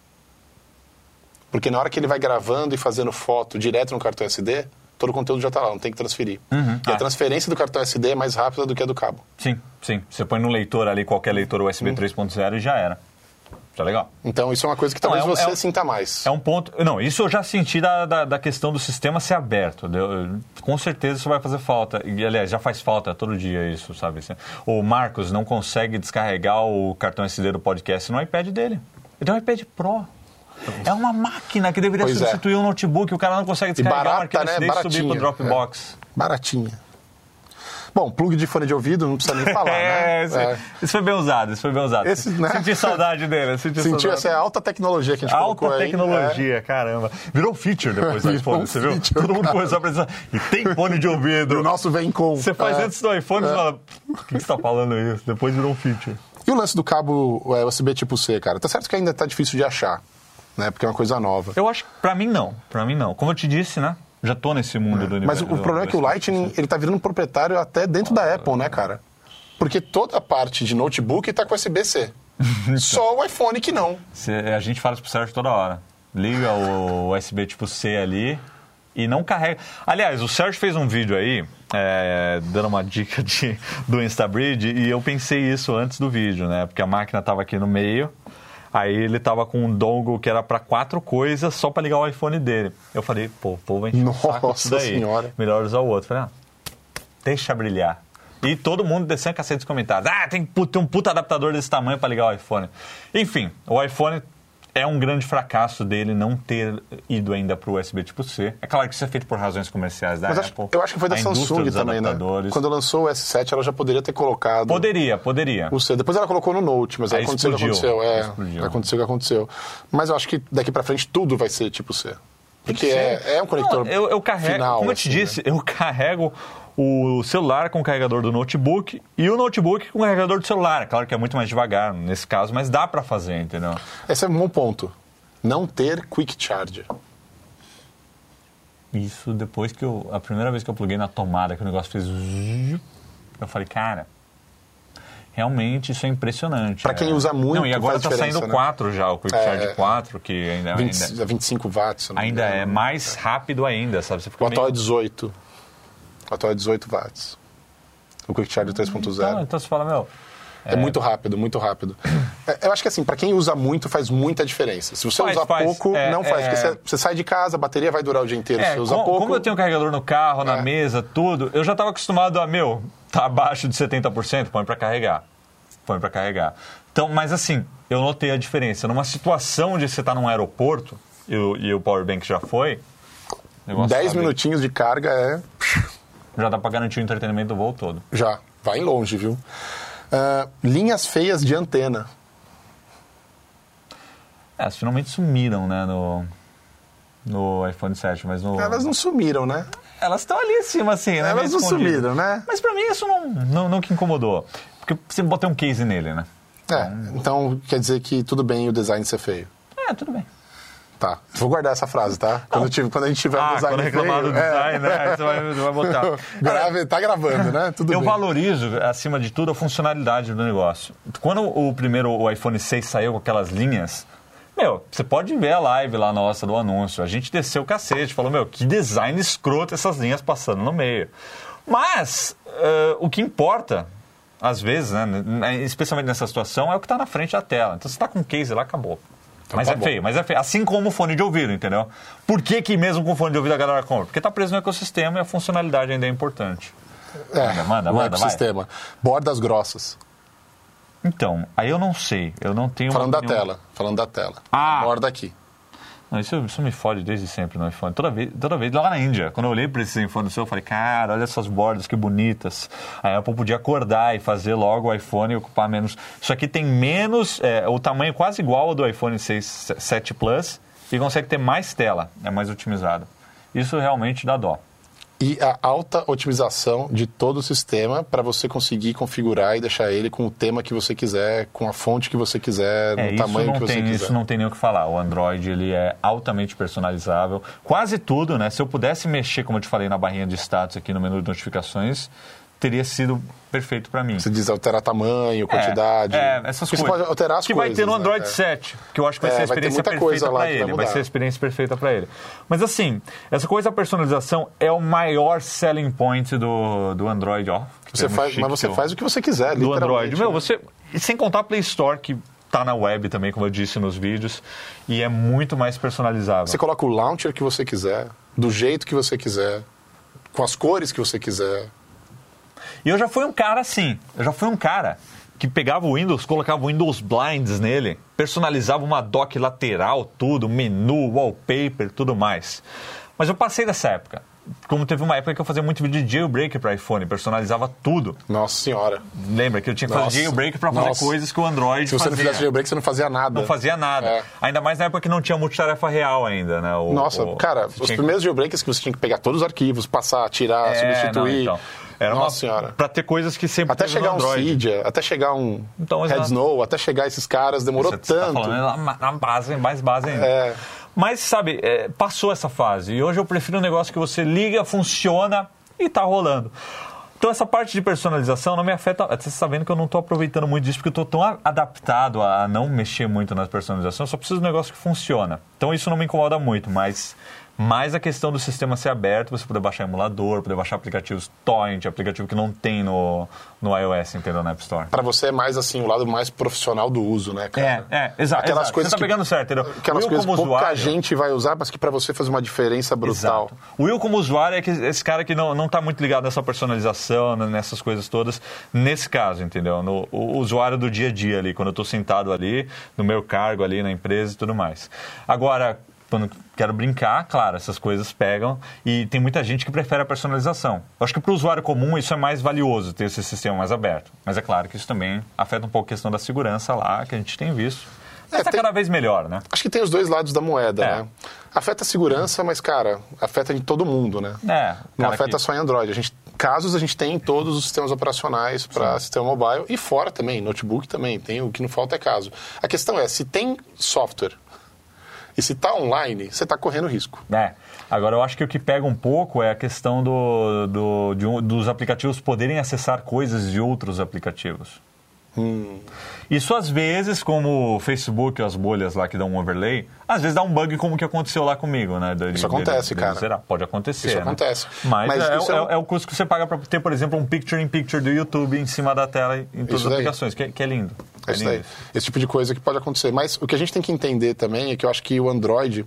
Speaker 3: Porque na hora que ele vai gravando e fazendo foto direto no cartão SD, todo o conteúdo já tá lá, não tem que transferir. E
Speaker 1: Ah.
Speaker 3: a transferência do cartão SD é mais rápida do que a do cabo.
Speaker 1: Sim, sim. Você põe no leitor ali, qualquer leitor USB 3.0 e já era. Tá legal.
Speaker 3: Então isso é uma coisa que
Speaker 1: Não,
Speaker 3: talvez
Speaker 1: é um-
Speaker 3: você
Speaker 1: é um-
Speaker 3: sinta mais.
Speaker 1: É um ponto. Não, isso eu já senti da, da, da questão do sistema ser aberto. Eu- com certeza isso vai fazer falta. E, aliás, já faz falta todo dia isso, sabe? Assim, O Marcos não consegue descarregar o cartão SD do podcast no iPad dele. Ele tem um iPad Pro. É uma máquina que deveria
Speaker 3: Pois é.
Speaker 1: substituir um notebook. O cara não consegue descarregar
Speaker 3: barata,
Speaker 1: o arquivo
Speaker 3: né?
Speaker 1: SD e subir pro
Speaker 3: Baratinha. É.
Speaker 1: Dropbox.
Speaker 3: Baratinha. Bom, plug de fone de ouvido, não precisa nem falar, né?
Speaker 1: É, isso, isso foi bem usado, isso foi bem usado.
Speaker 3: Esse, né?
Speaker 1: Senti saudade dele, senti
Speaker 3: Sentiu
Speaker 1: saudade.
Speaker 3: essa alta tecnologia que a gente colocou
Speaker 1: Alta
Speaker 3: aí. é.
Speaker 1: tecnologia, caramba. Virou um feature depois do
Speaker 3: Virou um
Speaker 1: iPhone, você viu?
Speaker 3: feature,
Speaker 1: Todo mundo
Speaker 3: cara.
Speaker 1: começou a precisar. E tem fone de
Speaker 3: E O
Speaker 1: ouvido.
Speaker 3: nosso vem com.
Speaker 1: Você faz
Speaker 3: é.
Speaker 1: antes do iPhone e fala, por que você tá falando isso? Depois virou um feature.
Speaker 3: E o lance do cabo é, USB tipo C, cara? Tá certo que ainda tá difícil de achar, né? Porque é uma coisa nova.
Speaker 1: Eu acho que pra mim não, pra mim não. Como eu te disse, né? Já tô nesse mundo do assim.
Speaker 3: Mas
Speaker 1: universo.
Speaker 3: o problema é que o
Speaker 1: tipo
Speaker 3: Lightning, ele tá virando proprietário até dentro da Apple, né, cara? Porque toda a parte de notebook tá com USB-C. Só o iPhone que não.
Speaker 1: Cê- a gente fala isso pro Sérgio toda hora. Liga o USB tipo C ali e não carrega. Aliás, o Sérgio fez um vídeo aí, é, dando uma dica de, do InstaBridge, e eu pensei isso antes do vídeo, né? Porque a máquina tava aqui no meio, aí ele tava com um dongle que era para quatro coisas só para ligar o iPhone dele. Eu falei, pô, pô, vai encher o saco
Speaker 3: Nossa
Speaker 1: disso daí.
Speaker 3: Senhora.
Speaker 1: Melhor usar o outro. Falei, ah, deixa brilhar. E todo mundo descendo a cacete dos comentários. Ah, tem que pu- ter um puta adaptador desse tamanho pra ligar o iPhone. Enfim, o iPhone é um grande fracasso dele não ter ido ainda pro USB tipo C. É claro que isso é feito por razões comerciais da
Speaker 3: Mas acho-
Speaker 1: Apple.
Speaker 3: eu acho que foi da
Speaker 1: a indústria
Speaker 3: Samsung
Speaker 1: dos
Speaker 3: também, né?
Speaker 1: adaptadores.
Speaker 3: Quando lançou o S7, ela já poderia ter colocado
Speaker 1: Poderia, poderia.
Speaker 3: o C. Depois ela colocou no Note, mas aí,
Speaker 1: Aí
Speaker 3: aconteceu o que
Speaker 1: explodiu.
Speaker 3: aconteceu. É,
Speaker 1: Explodiu.
Speaker 3: aconteceu o que aconteceu. Mas eu acho que daqui pra frente tudo vai ser tipo C. Porque é, é um conector
Speaker 1: Não, eu, eu carrego,
Speaker 3: final.
Speaker 1: como eu te
Speaker 3: assim, né?
Speaker 1: disse, eu carrego o celular com o carregador do notebook e o notebook com o carregador do celular. Claro que é muito mais devagar nesse caso, mas dá para fazer, entendeu?
Speaker 3: Esse é um bom ponto. Não ter quick charge.
Speaker 1: Isso depois que eu. A primeira vez que eu pluguei na tomada, que o negócio fez. zzzz, Eu falei, cara. Realmente isso é impressionante.
Speaker 3: Pra quem
Speaker 1: É.
Speaker 3: usa muito,
Speaker 1: Não, e agora
Speaker 3: faz
Speaker 1: tá
Speaker 3: diferença,
Speaker 1: saindo
Speaker 3: né?
Speaker 1: 4 já, o Quick
Speaker 3: É,
Speaker 1: Charge
Speaker 3: é.
Speaker 1: 4, que ainda,
Speaker 3: 20,
Speaker 1: ainda,
Speaker 3: 25 watts. se eu não me
Speaker 1: ainda é
Speaker 3: engano.
Speaker 1: mais rápido ainda, sabe? Você fica
Speaker 3: O atual é
Speaker 1: meio-
Speaker 3: 18. O atual é 18 watts. O Quick Charge é 3.0.
Speaker 1: Então, então você fala, meu.
Speaker 3: É muito rápido, muito rápido. É, Eu acho que assim, pra quem usa muito, faz muita diferença. Se você
Speaker 1: Faz,
Speaker 3: usar
Speaker 1: faz.
Speaker 3: pouco,
Speaker 1: É,
Speaker 3: não faz.
Speaker 1: é.
Speaker 3: Porque você, você sai de casa, a bateria vai durar o dia inteiro. Se
Speaker 1: É,
Speaker 3: você usa
Speaker 1: com-
Speaker 3: pouco.
Speaker 1: como eu tenho carregador no carro, na
Speaker 3: É.
Speaker 1: mesa, tudo, eu já estava acostumado a, meu, tá abaixo de 70%, põe para carregar. Põe para carregar. Então, mas assim, eu notei a diferença. Numa situação de você estar num aeroporto, e o, e o powerbank já foi... o negócio
Speaker 3: 10
Speaker 1: sabe,
Speaker 3: minutinhos de carga é.
Speaker 1: Já dá para garantir o entretenimento do voo todo.
Speaker 3: Já. Vai longe, viu? Ah, linhas feias de antena.
Speaker 1: É, elas finalmente sumiram, né, no... No iPhone 7, mas no...
Speaker 3: Elas não sumiram, né?
Speaker 1: Elas estão ali em cima, assim, né?
Speaker 3: Elas
Speaker 1: meio
Speaker 3: não
Speaker 1: escondidas.
Speaker 3: sumiram, né?
Speaker 1: Mas pra mim isso não, não, não que incomodou. Porque você botei um case nele, né?
Speaker 3: É. Então quer dizer que tudo bem o design ser feio.
Speaker 1: É, tudo bem.
Speaker 3: Tá. Vou guardar essa frase, tá? Quando, eu tive- quando a gente tiver um
Speaker 1: Ah,
Speaker 3: design
Speaker 1: quando reclamar
Speaker 3: feio, é.
Speaker 1: do design, né? Aí você vai, vai botar. Cara,
Speaker 3: Grave, tá gravando, né? Tudo
Speaker 1: eu
Speaker 3: bem.
Speaker 1: valorizo, acima de tudo, a funcionalidade do negócio. Quando o primeiro o iPhone 6 saiu com aquelas linhas, meu, você pode ver a live lá nossa do anúncio. A gente desceu o cacete, falou, meu, que design escroto essas linhas passando no meio. Mas, eh, o que importa, às vezes, né, n- n- especialmente nessa situação, é o que está na frente da tela. Então, você está com um case lá, acabou. mas
Speaker 3: tá
Speaker 1: é
Speaker 3: bom.
Speaker 1: feio, mas é feio. Assim como o fone de ouvido, entendeu? Por que, que mesmo com o fone de ouvido a galera compra? Porque está preso no ecossistema e a funcionalidade ainda é importante.
Speaker 3: É,
Speaker 1: manda,
Speaker 3: o
Speaker 1: manda, vai.
Speaker 3: ecossistema. Bordas grossas.
Speaker 1: Então, aí eu não sei. Eu não tenho.
Speaker 3: Falando da
Speaker 1: nenhum-
Speaker 3: tela, falando da tela.
Speaker 1: Ah.
Speaker 3: Borda aqui.
Speaker 1: Não, isso, isso me fode desde sempre no iPhone. Toda vez, toda vez, lá na Índia, quando eu olhei para esse iPhone seu, eu falei, cara, olha essas bordas que bonitas. A Apple podia acordar e fazer logo o iPhone e ocupar menos. Isso aqui tem menos. é, o tamanho quase igual ao do iPhone 6, 7 Plus e consegue ter mais tela. É mais otimizado. Isso realmente dá dó.
Speaker 3: E a alta otimização de todo o sistema para você conseguir configurar e deixar ele com o tema que você quiser, com a fonte que você quiser,
Speaker 1: É,
Speaker 3: no
Speaker 1: isso
Speaker 3: tamanho
Speaker 1: não
Speaker 3: que você
Speaker 1: tem,
Speaker 3: quiser.
Speaker 1: Isso não tem nem o que falar. O Android ele é altamente personalizável. Quase tudo, né? Se eu pudesse mexer, como eu te falei, na barrinha de status aqui no menu de notificações, teria sido perfeito para mim.
Speaker 3: Você diz alterar tamanho, quantidade.
Speaker 1: É, é, essas coisas.
Speaker 3: Porque Você pode alterar as
Speaker 1: que vai
Speaker 3: coisas.
Speaker 1: ter no
Speaker 3: né?
Speaker 1: Android
Speaker 3: É.
Speaker 1: 7, que eu acho que vai
Speaker 3: É,
Speaker 1: ser a
Speaker 3: vai ter
Speaker 1: experiência
Speaker 3: muita coisa
Speaker 1: perfeita
Speaker 3: lá
Speaker 1: para
Speaker 3: que vai
Speaker 1: ele. Vai
Speaker 3: mudar.
Speaker 1: ser a experiência perfeita para ele. Mas assim, essa coisa da personalização é o maior selling point do, do Android, ó. que
Speaker 3: Você
Speaker 1: termo
Speaker 3: faz,
Speaker 1: É chique
Speaker 3: mas você
Speaker 1: que eu-
Speaker 3: faz o que você quiser,
Speaker 1: do
Speaker 3: literalmente.
Speaker 1: Android. Meu,
Speaker 3: né?
Speaker 1: você. e Sem contar a Play Store, que tá na web também, como eu disse nos vídeos, e é muito mais personalizável.
Speaker 3: Você coloca o launcher que você quiser, do jeito que você quiser, com as cores que você quiser.
Speaker 1: E eu já fui um cara assim. Eu já fui um cara que pegava o Windows, colocava o Windows Blinds nele, personalizava uma dock lateral, tudo, menu, wallpaper, tudo mais. Mas eu passei dessa época. Como teve uma época que eu fazia muito vídeo de jailbreak para iPhone, personalizava tudo.
Speaker 3: Nossa senhora.
Speaker 1: Lembra que eu tinha que fazer
Speaker 3: Nossa.
Speaker 1: jailbreak para fazer
Speaker 3: Nossa.
Speaker 1: coisas que o Android
Speaker 3: Se você não
Speaker 1: fazia.
Speaker 3: fizesse jailbreak, você não fazia nada.
Speaker 1: Não fazia nada.
Speaker 3: É.
Speaker 1: Ainda mais na época que não tinha multitarefa real ainda, né? O-
Speaker 3: Nossa,
Speaker 1: o- você
Speaker 3: cara, os
Speaker 1: tinha que-
Speaker 3: primeiros jailbreaks que você tinha que pegar todos os arquivos, passar, tirar,
Speaker 1: É,
Speaker 3: substituir.
Speaker 1: não, então. Era
Speaker 3: Nossa
Speaker 1: uma...
Speaker 3: senhora.
Speaker 1: Pra ter coisas que sempre
Speaker 3: Até
Speaker 1: teve
Speaker 3: chegar
Speaker 1: no
Speaker 3: um
Speaker 1: Android.
Speaker 3: Cydia, até chegar um
Speaker 1: Então,
Speaker 3: Red
Speaker 1: exato.
Speaker 3: Snow, até chegar esses caras, demorou
Speaker 1: Você
Speaker 3: tanto.
Speaker 1: Tá falando na, na base, mais base ainda.
Speaker 3: É.
Speaker 1: Mas, sabe, é, passou essa fase. E hoje eu prefiro um negócio que você liga, funciona e tá rolando. Então essa parte de personalização não me afeta. Você está vendo que eu não estou aproveitando muito disso, porque eu estou tão a- adaptado a não mexer muito na personalização, eu só preciso de um negócio que funciona. Então isso não me incomoda muito, mas mais a questão do sistema ser aberto, você poder baixar emulador, poder baixar aplicativos torrent, aplicativo que não tem no, no iOS, entendeu? Na App Store.
Speaker 3: Pra você é mais assim, o lado mais profissional do uso, né,
Speaker 1: É,
Speaker 3: cara?
Speaker 1: é, exato.
Speaker 3: Aquelas
Speaker 1: exato.
Speaker 3: coisas
Speaker 1: Você tá
Speaker 3: que-
Speaker 1: pegando certo, entendeu?
Speaker 3: Aquelas
Speaker 1: Eu,
Speaker 3: coisas que
Speaker 1: como
Speaker 3: pouca
Speaker 1: usuário,
Speaker 3: gente vai usar, mas que pra você faz uma diferença brutal.
Speaker 1: Exato. O Will, como usuário, é que- esse cara que não, não tá muito ligado nessa personalização, né, nessas coisas todas, nesse caso, entendeu? No, o usuário do dia a dia ali, quando eu tô sentado ali, no meu cargo ali, na empresa e tudo mais. Agora, quando eu quero brincar, claro, essas coisas pegam e tem muita gente que prefere a personalização. Eu acho que para o usuário comum isso é mais valioso, ter esse sistema mais aberto. Mas é claro que isso também afeta um pouco a questão da segurança lá, que a gente tem visto. Mas
Speaker 3: É,
Speaker 1: tá
Speaker 3: tem-
Speaker 1: cada vez melhor, né?
Speaker 3: Acho que tem os dois lados da moeda,
Speaker 1: É.
Speaker 3: né? Afeta a segurança, mas, cara, afeta em todo mundo, né?
Speaker 1: É,
Speaker 3: Não
Speaker 1: cara
Speaker 3: afeta
Speaker 1: que-
Speaker 3: só em Android. A gente, casos a gente tem em todos os sistemas operacionais para sistema mobile e fora também, notebook também, tem o que não falta é caso. A questão é, se tem software e se está online, você está correndo risco.
Speaker 1: É. Agora, eu acho que o que pega um pouco é a questão do, do- de um- dos aplicativos poderem acessar coisas de outros aplicativos.
Speaker 3: Hum.
Speaker 1: Isso às vezes, como o Facebook, as bolhas lá que dão um overlay, às vezes dá um bug como o que aconteceu lá comigo, né? De-
Speaker 3: Isso acontece, cara.
Speaker 1: será? Pode acontecer.
Speaker 3: Isso
Speaker 1: né?
Speaker 3: acontece.
Speaker 1: Mas,
Speaker 3: Mas
Speaker 1: é,
Speaker 3: isso
Speaker 1: é-
Speaker 3: é um-
Speaker 1: é o custo que você paga para ter, por exemplo, um picture-in-picture do YouTube em cima da tela em todas
Speaker 3: Isso
Speaker 1: as
Speaker 3: daí.
Speaker 1: aplicações, que, que é lindo.
Speaker 3: É isso
Speaker 1: lindo
Speaker 3: daí. Esse tipo de coisa que pode acontecer. Mas o que a gente tem que entender também é que eu acho que o Android,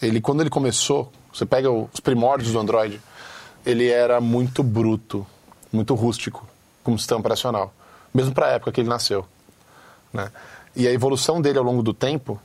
Speaker 3: ele, quando ele começou, você pega o- os primórdios do Android, ele era muito bruto, muito rústico, como sistema operacional. Mesmo para a época que ele nasceu. né? E a evolução dele ao longo do tempo,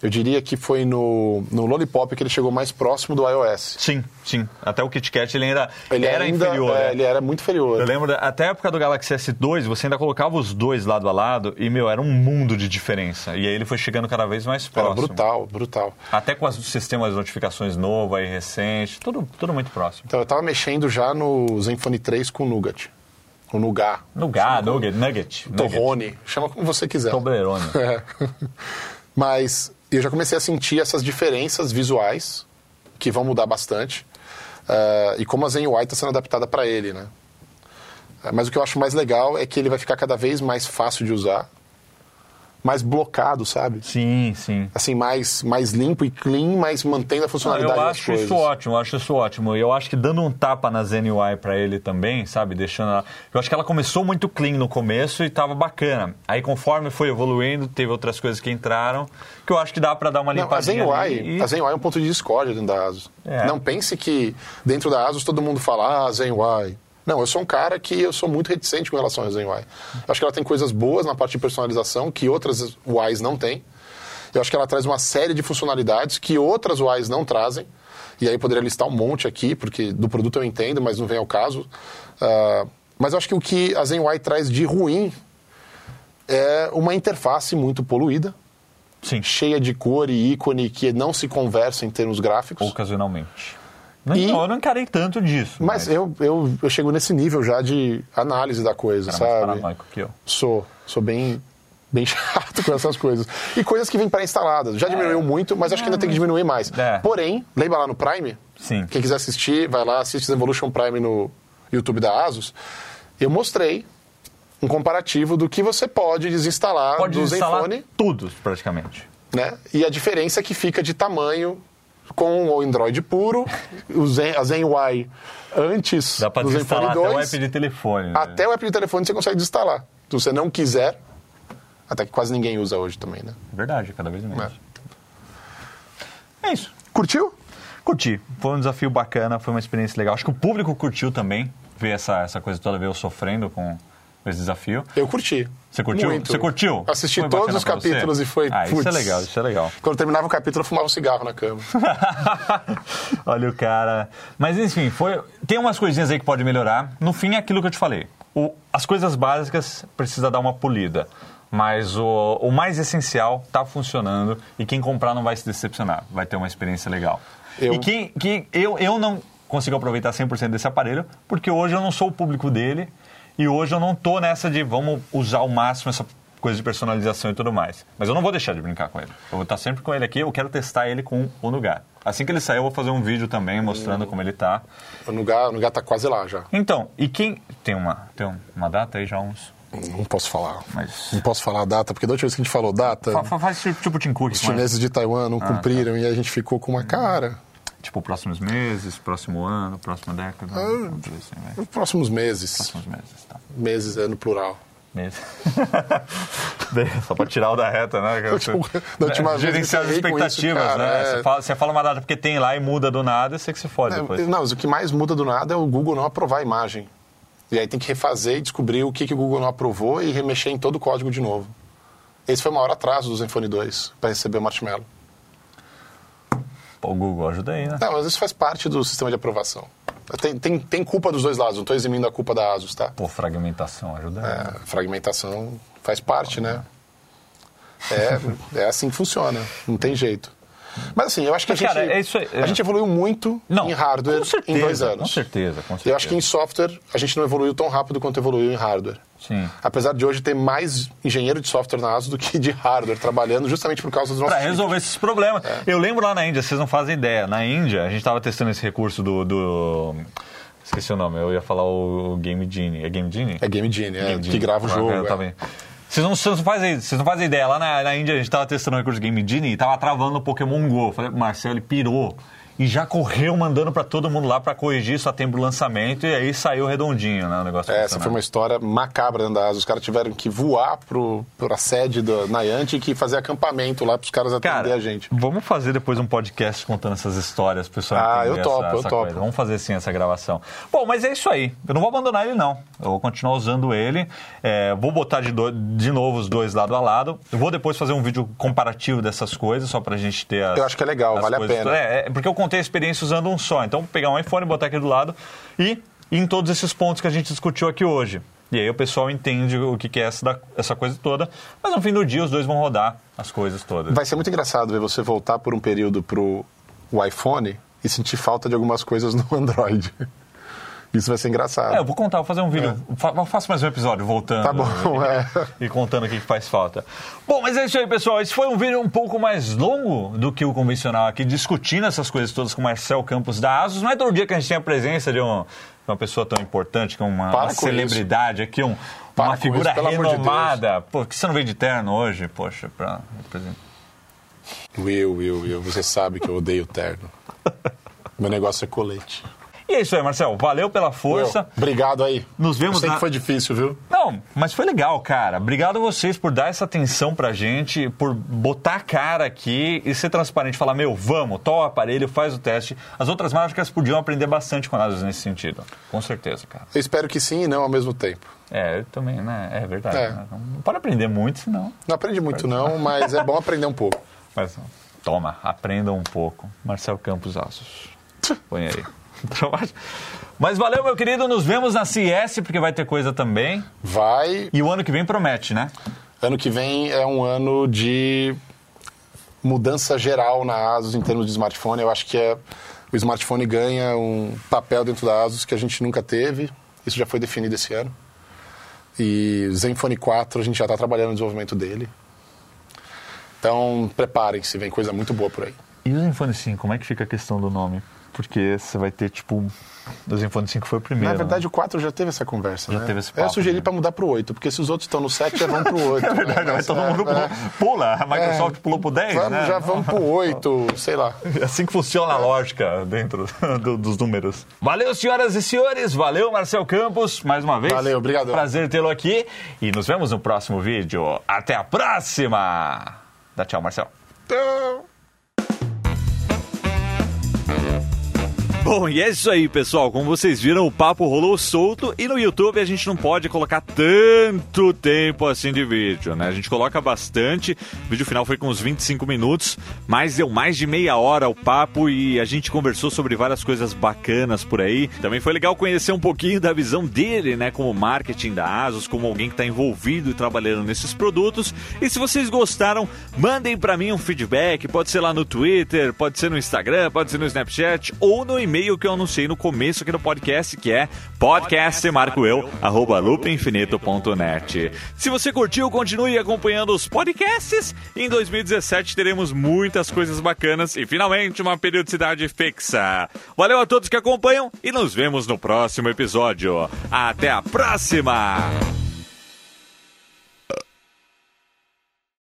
Speaker 3: eu diria que foi no, no Lollipop que ele chegou mais próximo do iOS.
Speaker 1: Sim, sim. Até o KitKat ele ainda
Speaker 3: Ele
Speaker 1: era
Speaker 3: ainda,
Speaker 1: inferior.
Speaker 3: é,
Speaker 1: né?
Speaker 3: Ele era muito inferior.
Speaker 1: Eu lembro, da- até a época do Galaxy S2, você ainda colocava os dois lado a lado e, meu, era um mundo de diferença. E aí ele foi chegando cada vez mais
Speaker 3: Era
Speaker 1: próximo.
Speaker 3: brutal, brutal.
Speaker 1: Até com as- o sistema de notificações novo aí, recente, tudo, tudo muito próximo.
Speaker 3: Então eu tava mexendo já no Zenfone 3 com Nougat. O Nougat.
Speaker 1: Nougat, Nugget, Nugget. nugget.
Speaker 3: Torrone, chama como você quiser.
Speaker 1: Toblerone.
Speaker 3: É. Mas eu já comecei a sentir essas diferenças visuais que vão mudar bastante ah, e como a Zen UI está sendo adaptada para ele, né? Ah, Mas o que eu acho mais legal é que ele vai ficar cada vez mais fácil de usar, mais blocado, sabe?
Speaker 1: Sim, sim.
Speaker 3: Assim, mais, mais limpo e clean, mas mantendo a funcionalidade
Speaker 1: eu
Speaker 3: das
Speaker 1: acho
Speaker 3: coisas.
Speaker 1: isso ótimo, eu acho isso ótimo. E eu acho que dando um tapa na Zen UI pra ele também, sabe? Deixando ela... Eu acho que ela começou muito clean no começo e tava bacana. Aí conforme foi evoluindo, teve outras coisas que entraram, que eu acho que dá pra dar uma
Speaker 3: Não, a
Speaker 1: limpadinha
Speaker 3: Zen, UI,
Speaker 1: ali e-
Speaker 3: a Zen UI é um ponto de discórdia dentro da ASUS.
Speaker 1: É.
Speaker 3: Não pense que dentro da ASUS todo mundo fala, ah, Zen UI. Não, eu sou um cara que eu sou muito reticente com relação à Zen UI. Eu acho que ela tem coisas boas na parte de personalização que outras UIs não têm. Eu acho que ela traz uma série de funcionalidades que outras UIs não trazem. E aí eu poderia listar um monte aqui, porque do produto eu entendo, mas não vem ao caso. Ah, mas eu acho que o que a Zen UI traz de ruim é uma interface muito poluída
Speaker 1: Sim.
Speaker 3: cheia de cor e ícone que não se conversa em termos gráficos.
Speaker 1: Ocasionalmente. Não,
Speaker 3: E-
Speaker 1: eu não encarei tanto disso.
Speaker 3: Mas eu, eu, eu chego nesse nível já de análise da coisa,
Speaker 1: era é mais
Speaker 3: sabe?
Speaker 1: paranoico que eu.
Speaker 3: Sou, sou bem, bem chato com essas coisas. E coisas que vêm pré-instaladas. Já diminuiu muito, mas acho que ainda tem que diminuir mais.
Speaker 1: É.
Speaker 3: Porém, lembra lá no Prime?
Speaker 1: Sim.
Speaker 3: Quem quiser assistir, vai lá, assiste The Evolution Prime no YouTube da Asus. Eu mostrei um comparativo do que você pode desinstalar
Speaker 1: Pode
Speaker 3: do
Speaker 1: instalar
Speaker 3: Zenfone.
Speaker 1: todos, praticamente.
Speaker 3: né? E a diferença é que fica de tamanho com o Android puro, o Zen, a Zen UI antes
Speaker 1: Dá pra
Speaker 3: do Zenfone
Speaker 1: desinstalar até o
Speaker 3: 2,
Speaker 1: app de telefone. né?
Speaker 3: até o app de telefone você consegue desinstalar. Se você não quiser, até que quase ninguém usa hoje também, né?
Speaker 1: Verdade, cada vez menos. É isso.
Speaker 3: Curtiu?
Speaker 1: Curti. Foi um desafio bacana, foi uma experiência legal. Acho que o público curtiu também, ver essa, essa coisa toda, ver eu sofrendo com esse desafio.
Speaker 3: Eu curti.
Speaker 1: Você curtiu?
Speaker 3: Muito.
Speaker 1: Você curtiu?
Speaker 3: Assisti
Speaker 1: Foi
Speaker 3: todos
Speaker 1: bacana
Speaker 3: os
Speaker 1: pra você?
Speaker 3: capítulos e foi.
Speaker 1: Ah, isso é
Speaker 3: putz.
Speaker 1: legal, isso é legal.
Speaker 3: Quando terminava o capítulo, eu fumava um cigarro na cama.
Speaker 1: Olha o cara. Mas enfim, foi... tem umas coisinhas aí que pode melhorar. No fim, é aquilo que eu te falei. O- As coisas básicas precisa dar uma polida. Mas o, o mais essencial está funcionando e quem comprar não vai se decepcionar. Vai ter uma experiência legal.
Speaker 3: Eu-
Speaker 1: E quem, quem eu, eu não consigo aproveitar 100% desse aparelho porque hoje eu não sou o público dele e hoje eu não tô nessa de vamos usar ao máximo essa coisa de personalização e tudo mais. Mas eu não vou deixar de brincar com ele. Eu vou estar sempre com ele aqui, eu quero testar ele com o lugar. Assim que ele sair, eu vou fazer um vídeo também mostrando como ele tá.
Speaker 3: O Nugar, o Nugar tá quase lá já.
Speaker 1: Então, e quem. Tem uma, tem uma data aí já uns.
Speaker 3: Não posso falar.
Speaker 1: Mas.
Speaker 3: Não posso falar a data, porque da última vez que a gente falou data,
Speaker 1: Fa- Ah, tá. fa- Faz tipo Tim Cook,
Speaker 3: os
Speaker 1: mas-
Speaker 3: chineses de Taiwan não cumpriram e a gente ficou com uma cara.
Speaker 1: tipo próximos meses, próximo ano, próxima década.
Speaker 3: Ah.
Speaker 1: vamos dizer assim, vai.
Speaker 3: Nos próximos meses.
Speaker 1: Próximos meses, tá.
Speaker 3: Meses é no plural.
Speaker 1: Mesmo. Beleza, Só pra tirar o da reta, né? cara?
Speaker 3: última- da última vez
Speaker 1: Gerenciar
Speaker 3: eu
Speaker 1: É, as
Speaker 3: errei com
Speaker 1: expectativas,
Speaker 3: isso, cara,
Speaker 1: né?
Speaker 3: é.
Speaker 1: Você, fala, você fala uma data porque tem lá e muda do nada, você que se fode depois.
Speaker 3: É, não, mas o que mais muda do nada é o Google não aprovar a imagem. E aí tem que refazer e descobrir o que, que o Google não aprovou e remexer em todo o código de novo. Esse foi o maior atraso do Zenfone 2 para receber o Marshmallow.
Speaker 1: Pô, Google, ajuda aí, né?
Speaker 3: Não, mas isso faz parte do sistema de aprovação. Tem, tem, tem culpa dos dois lados, não estou eximindo a culpa da ASUS, tá?
Speaker 1: Pô, fragmentação, ajuda aí.
Speaker 3: É, fragmentação faz parte, né? É, é assim que funciona, não tem jeito. Mas assim, eu acho que
Speaker 1: Mas,
Speaker 3: a gente,
Speaker 1: cara, é isso aí, é.
Speaker 3: a gente evoluiu muito
Speaker 1: Não,
Speaker 3: em hardware
Speaker 1: com certeza,
Speaker 3: em dois anos.
Speaker 1: com certeza, com
Speaker 3: Eu acho
Speaker 1: certeza.
Speaker 3: que em software a gente não evoluiu tão rápido quanto evoluiu em hardware.
Speaker 1: Sim.
Speaker 3: Apesar de hoje ter mais engenheiro de software na ASUS do que de hardware trabalhando justamente por causa dos nossos
Speaker 1: Pra resolver esses problemas.
Speaker 3: É.
Speaker 1: Eu lembro lá na Índia, vocês não fazem ideia. Na Índia, a gente tava testando esse recurso do. do- Esqueci o nome, eu ia falar o Game Genie. É Game Genie?
Speaker 3: É Game Genie, é,
Speaker 1: Game
Speaker 3: que
Speaker 1: Genie.
Speaker 3: grava o
Speaker 1: Ah,
Speaker 3: jogo.
Speaker 1: eu
Speaker 3: é.
Speaker 1: também. Vocês não, vocês, não fazem, vocês não fazem ideia. Lá na, na Índia a gente tava testando o recurso Game Genie e tava travando o Pokémon GO. Eu Falei, pro Marcelo, ele pirou. E já correu mandando pra todo mundo lá pra corrigir só tempo do lançamento e aí saiu redondinho, né? O negócio
Speaker 3: É, Essa
Speaker 1: funcionando.
Speaker 3: foi uma história macabra dentro da ASUS. Os caras tiveram que voar pro, pra sede da Niantic e fazer acampamento lá pros caras atender
Speaker 1: Cara,
Speaker 3: a gente.
Speaker 1: vamos fazer depois um podcast contando essas histórias, pessoal.
Speaker 3: Ah,
Speaker 1: entender
Speaker 3: eu topo,
Speaker 1: essa,
Speaker 3: eu
Speaker 1: essa
Speaker 3: topo.
Speaker 1: coisa. Vamos fazer sim essa gravação. Bom, mas é isso aí. Eu não vou abandonar ele, não. Eu vou continuar usando ele. É, vou botar de, do- de novo os dois lado a lado. Eu vou depois fazer um vídeo comparativo dessas coisas, só pra gente ter as.
Speaker 3: Eu acho que é legal,
Speaker 1: as
Speaker 3: vale a
Speaker 1: coisas-
Speaker 3: pena.
Speaker 1: É, é, porque eu contei a experiência usando um só. Então, pegar um iPhone, botar aqui do lado e em todos esses pontos que a gente discutiu aqui hoje. E aí o pessoal entende o que que é essa, da- essa coisa toda. Mas no fim do dia, os dois vão rodar as coisas todas.
Speaker 3: Vai ser muito engraçado ver você voltar por um período pro o iPhone e sentir falta de algumas coisas no Android. Isso vai ser engraçado.
Speaker 1: É, eu vou contar, vou fazer um vídeo. Fa- eu faço mais um episódio voltando.
Speaker 3: É. Tá bom,
Speaker 1: e,
Speaker 3: é.
Speaker 1: e contando o que que faz falta. Bom, mas é isso aí, pessoal. Esse foi um vídeo um pouco mais longo do que o convencional aqui, discutindo essas coisas todas com o Marcel Campos da ASUS. Não é todo dia que a gente tem a presença de um- de uma pessoa tão importante, que é uma,
Speaker 3: Para
Speaker 1: uma
Speaker 3: com
Speaker 1: celebridade aqui, um-
Speaker 3: Para
Speaker 1: uma
Speaker 3: com
Speaker 1: figura
Speaker 3: isso, pelo amor de
Speaker 1: renomada. Pô, que você não veio de terno hoje, poxa, pra representar.
Speaker 3: Will, Will, Will, você sabe que eu odeio terno. Meu negócio é colete.
Speaker 1: E é isso aí, Marcel. Valeu pela força.
Speaker 3: Will, obrigado aí.
Speaker 1: Nos vemos
Speaker 3: Eu sei
Speaker 1: na-
Speaker 3: que foi difícil, viu?
Speaker 1: Não, mas foi legal, cara. Obrigado a vocês por dar essa atenção pra gente, por botar a cara aqui e ser transparente. Falar, meu, vamos, toma o aparelho, faz o teste. As outras marcas podiam aprender bastante com nós nesse sentido. Com certeza, cara.
Speaker 3: Eu espero que sim e não ao mesmo tempo.
Speaker 1: É, eu também, né? É verdade.
Speaker 3: É.
Speaker 1: né? Não pode aprender muito, senão.
Speaker 3: Não aprende muito não, mas é bom aprender um pouco.
Speaker 1: Mas, toma, aprenda um pouco. Marcel Campos Assos. Põe aí. Então, Mas valeu, meu querido. Nos vemos na CS, porque vai ter coisa também.
Speaker 3: Vai,
Speaker 1: E o ano que vem promete, né?
Speaker 3: Ano que vem é um ano de mudança geral na ASUS em termos de smartphone. Eu acho que é, o smartphone ganha um papel dentro da ASUS que a gente nunca teve. Isso já foi definido esse ano. E Zenfone 4, a gente já está trabalhando no desenvolvimento dele. Então, preparem-se, vem coisa muito boa por aí.
Speaker 1: E o Zenfone 5, como é que fica a questão do nome? Porque você vai ter, tipo. O Zenfone 5 foi o primeiro.
Speaker 3: Na verdade, o 4 já teve essa conversa,
Speaker 1: né? Já
Speaker 3: né?
Speaker 1: teve esse
Speaker 3: eu
Speaker 1: papo,
Speaker 3: sugeri
Speaker 1: né?
Speaker 3: para mudar para o 8, porque se os outros estão no 7, já vão para o 8.
Speaker 1: né? É verdade, vai
Speaker 3: Mas,
Speaker 1: todo mundo
Speaker 3: é,
Speaker 1: pula. A Microsoft
Speaker 3: É.
Speaker 1: pulou pro 10,
Speaker 3: vamos,
Speaker 1: né?
Speaker 3: Já vamos para o 8, sei lá.
Speaker 1: É assim que funciona a lógica dentro do- dos números. Valeu, senhoras e senhores. Valeu, Marcel Campos, mais uma vez.
Speaker 3: Valeu, obrigado.
Speaker 1: Prazer tê-lo aqui. E nos vemos no próximo vídeo. Até a próxima! Dá tchau, Marcel.
Speaker 4: Bom, e é isso aí, pessoal. Como vocês viram, o papo rolou solto e no YouTube a gente não pode colocar tanto tempo assim de vídeo, né? A gente coloca bastante. O vídeo final foi com uns 25 minutos, mas deu mais de meia hora o papo e a gente conversou sobre várias coisas bacanas por aí. Também foi legal conhecer um pouquinho da visão dele, né, como marketing da Asus, como alguém que está envolvido e trabalhando nesses produtos. E se vocês gostaram, mandem para mim um feedback, pode ser lá no Twitter, pode ser no Instagram, pode ser no Snapchat ou no e-mail que eu anunciei no começo aqui no podcast, que é podcastmarcoeu@loopinfinito.net. Se você curtiu, continue acompanhando os podcasts. Em 2017 teremos muitas coisas bacanas e finalmente uma periodicidade fixa. Valeu a todos que acompanham e nos vemos no próximo episódio. Até a próxima.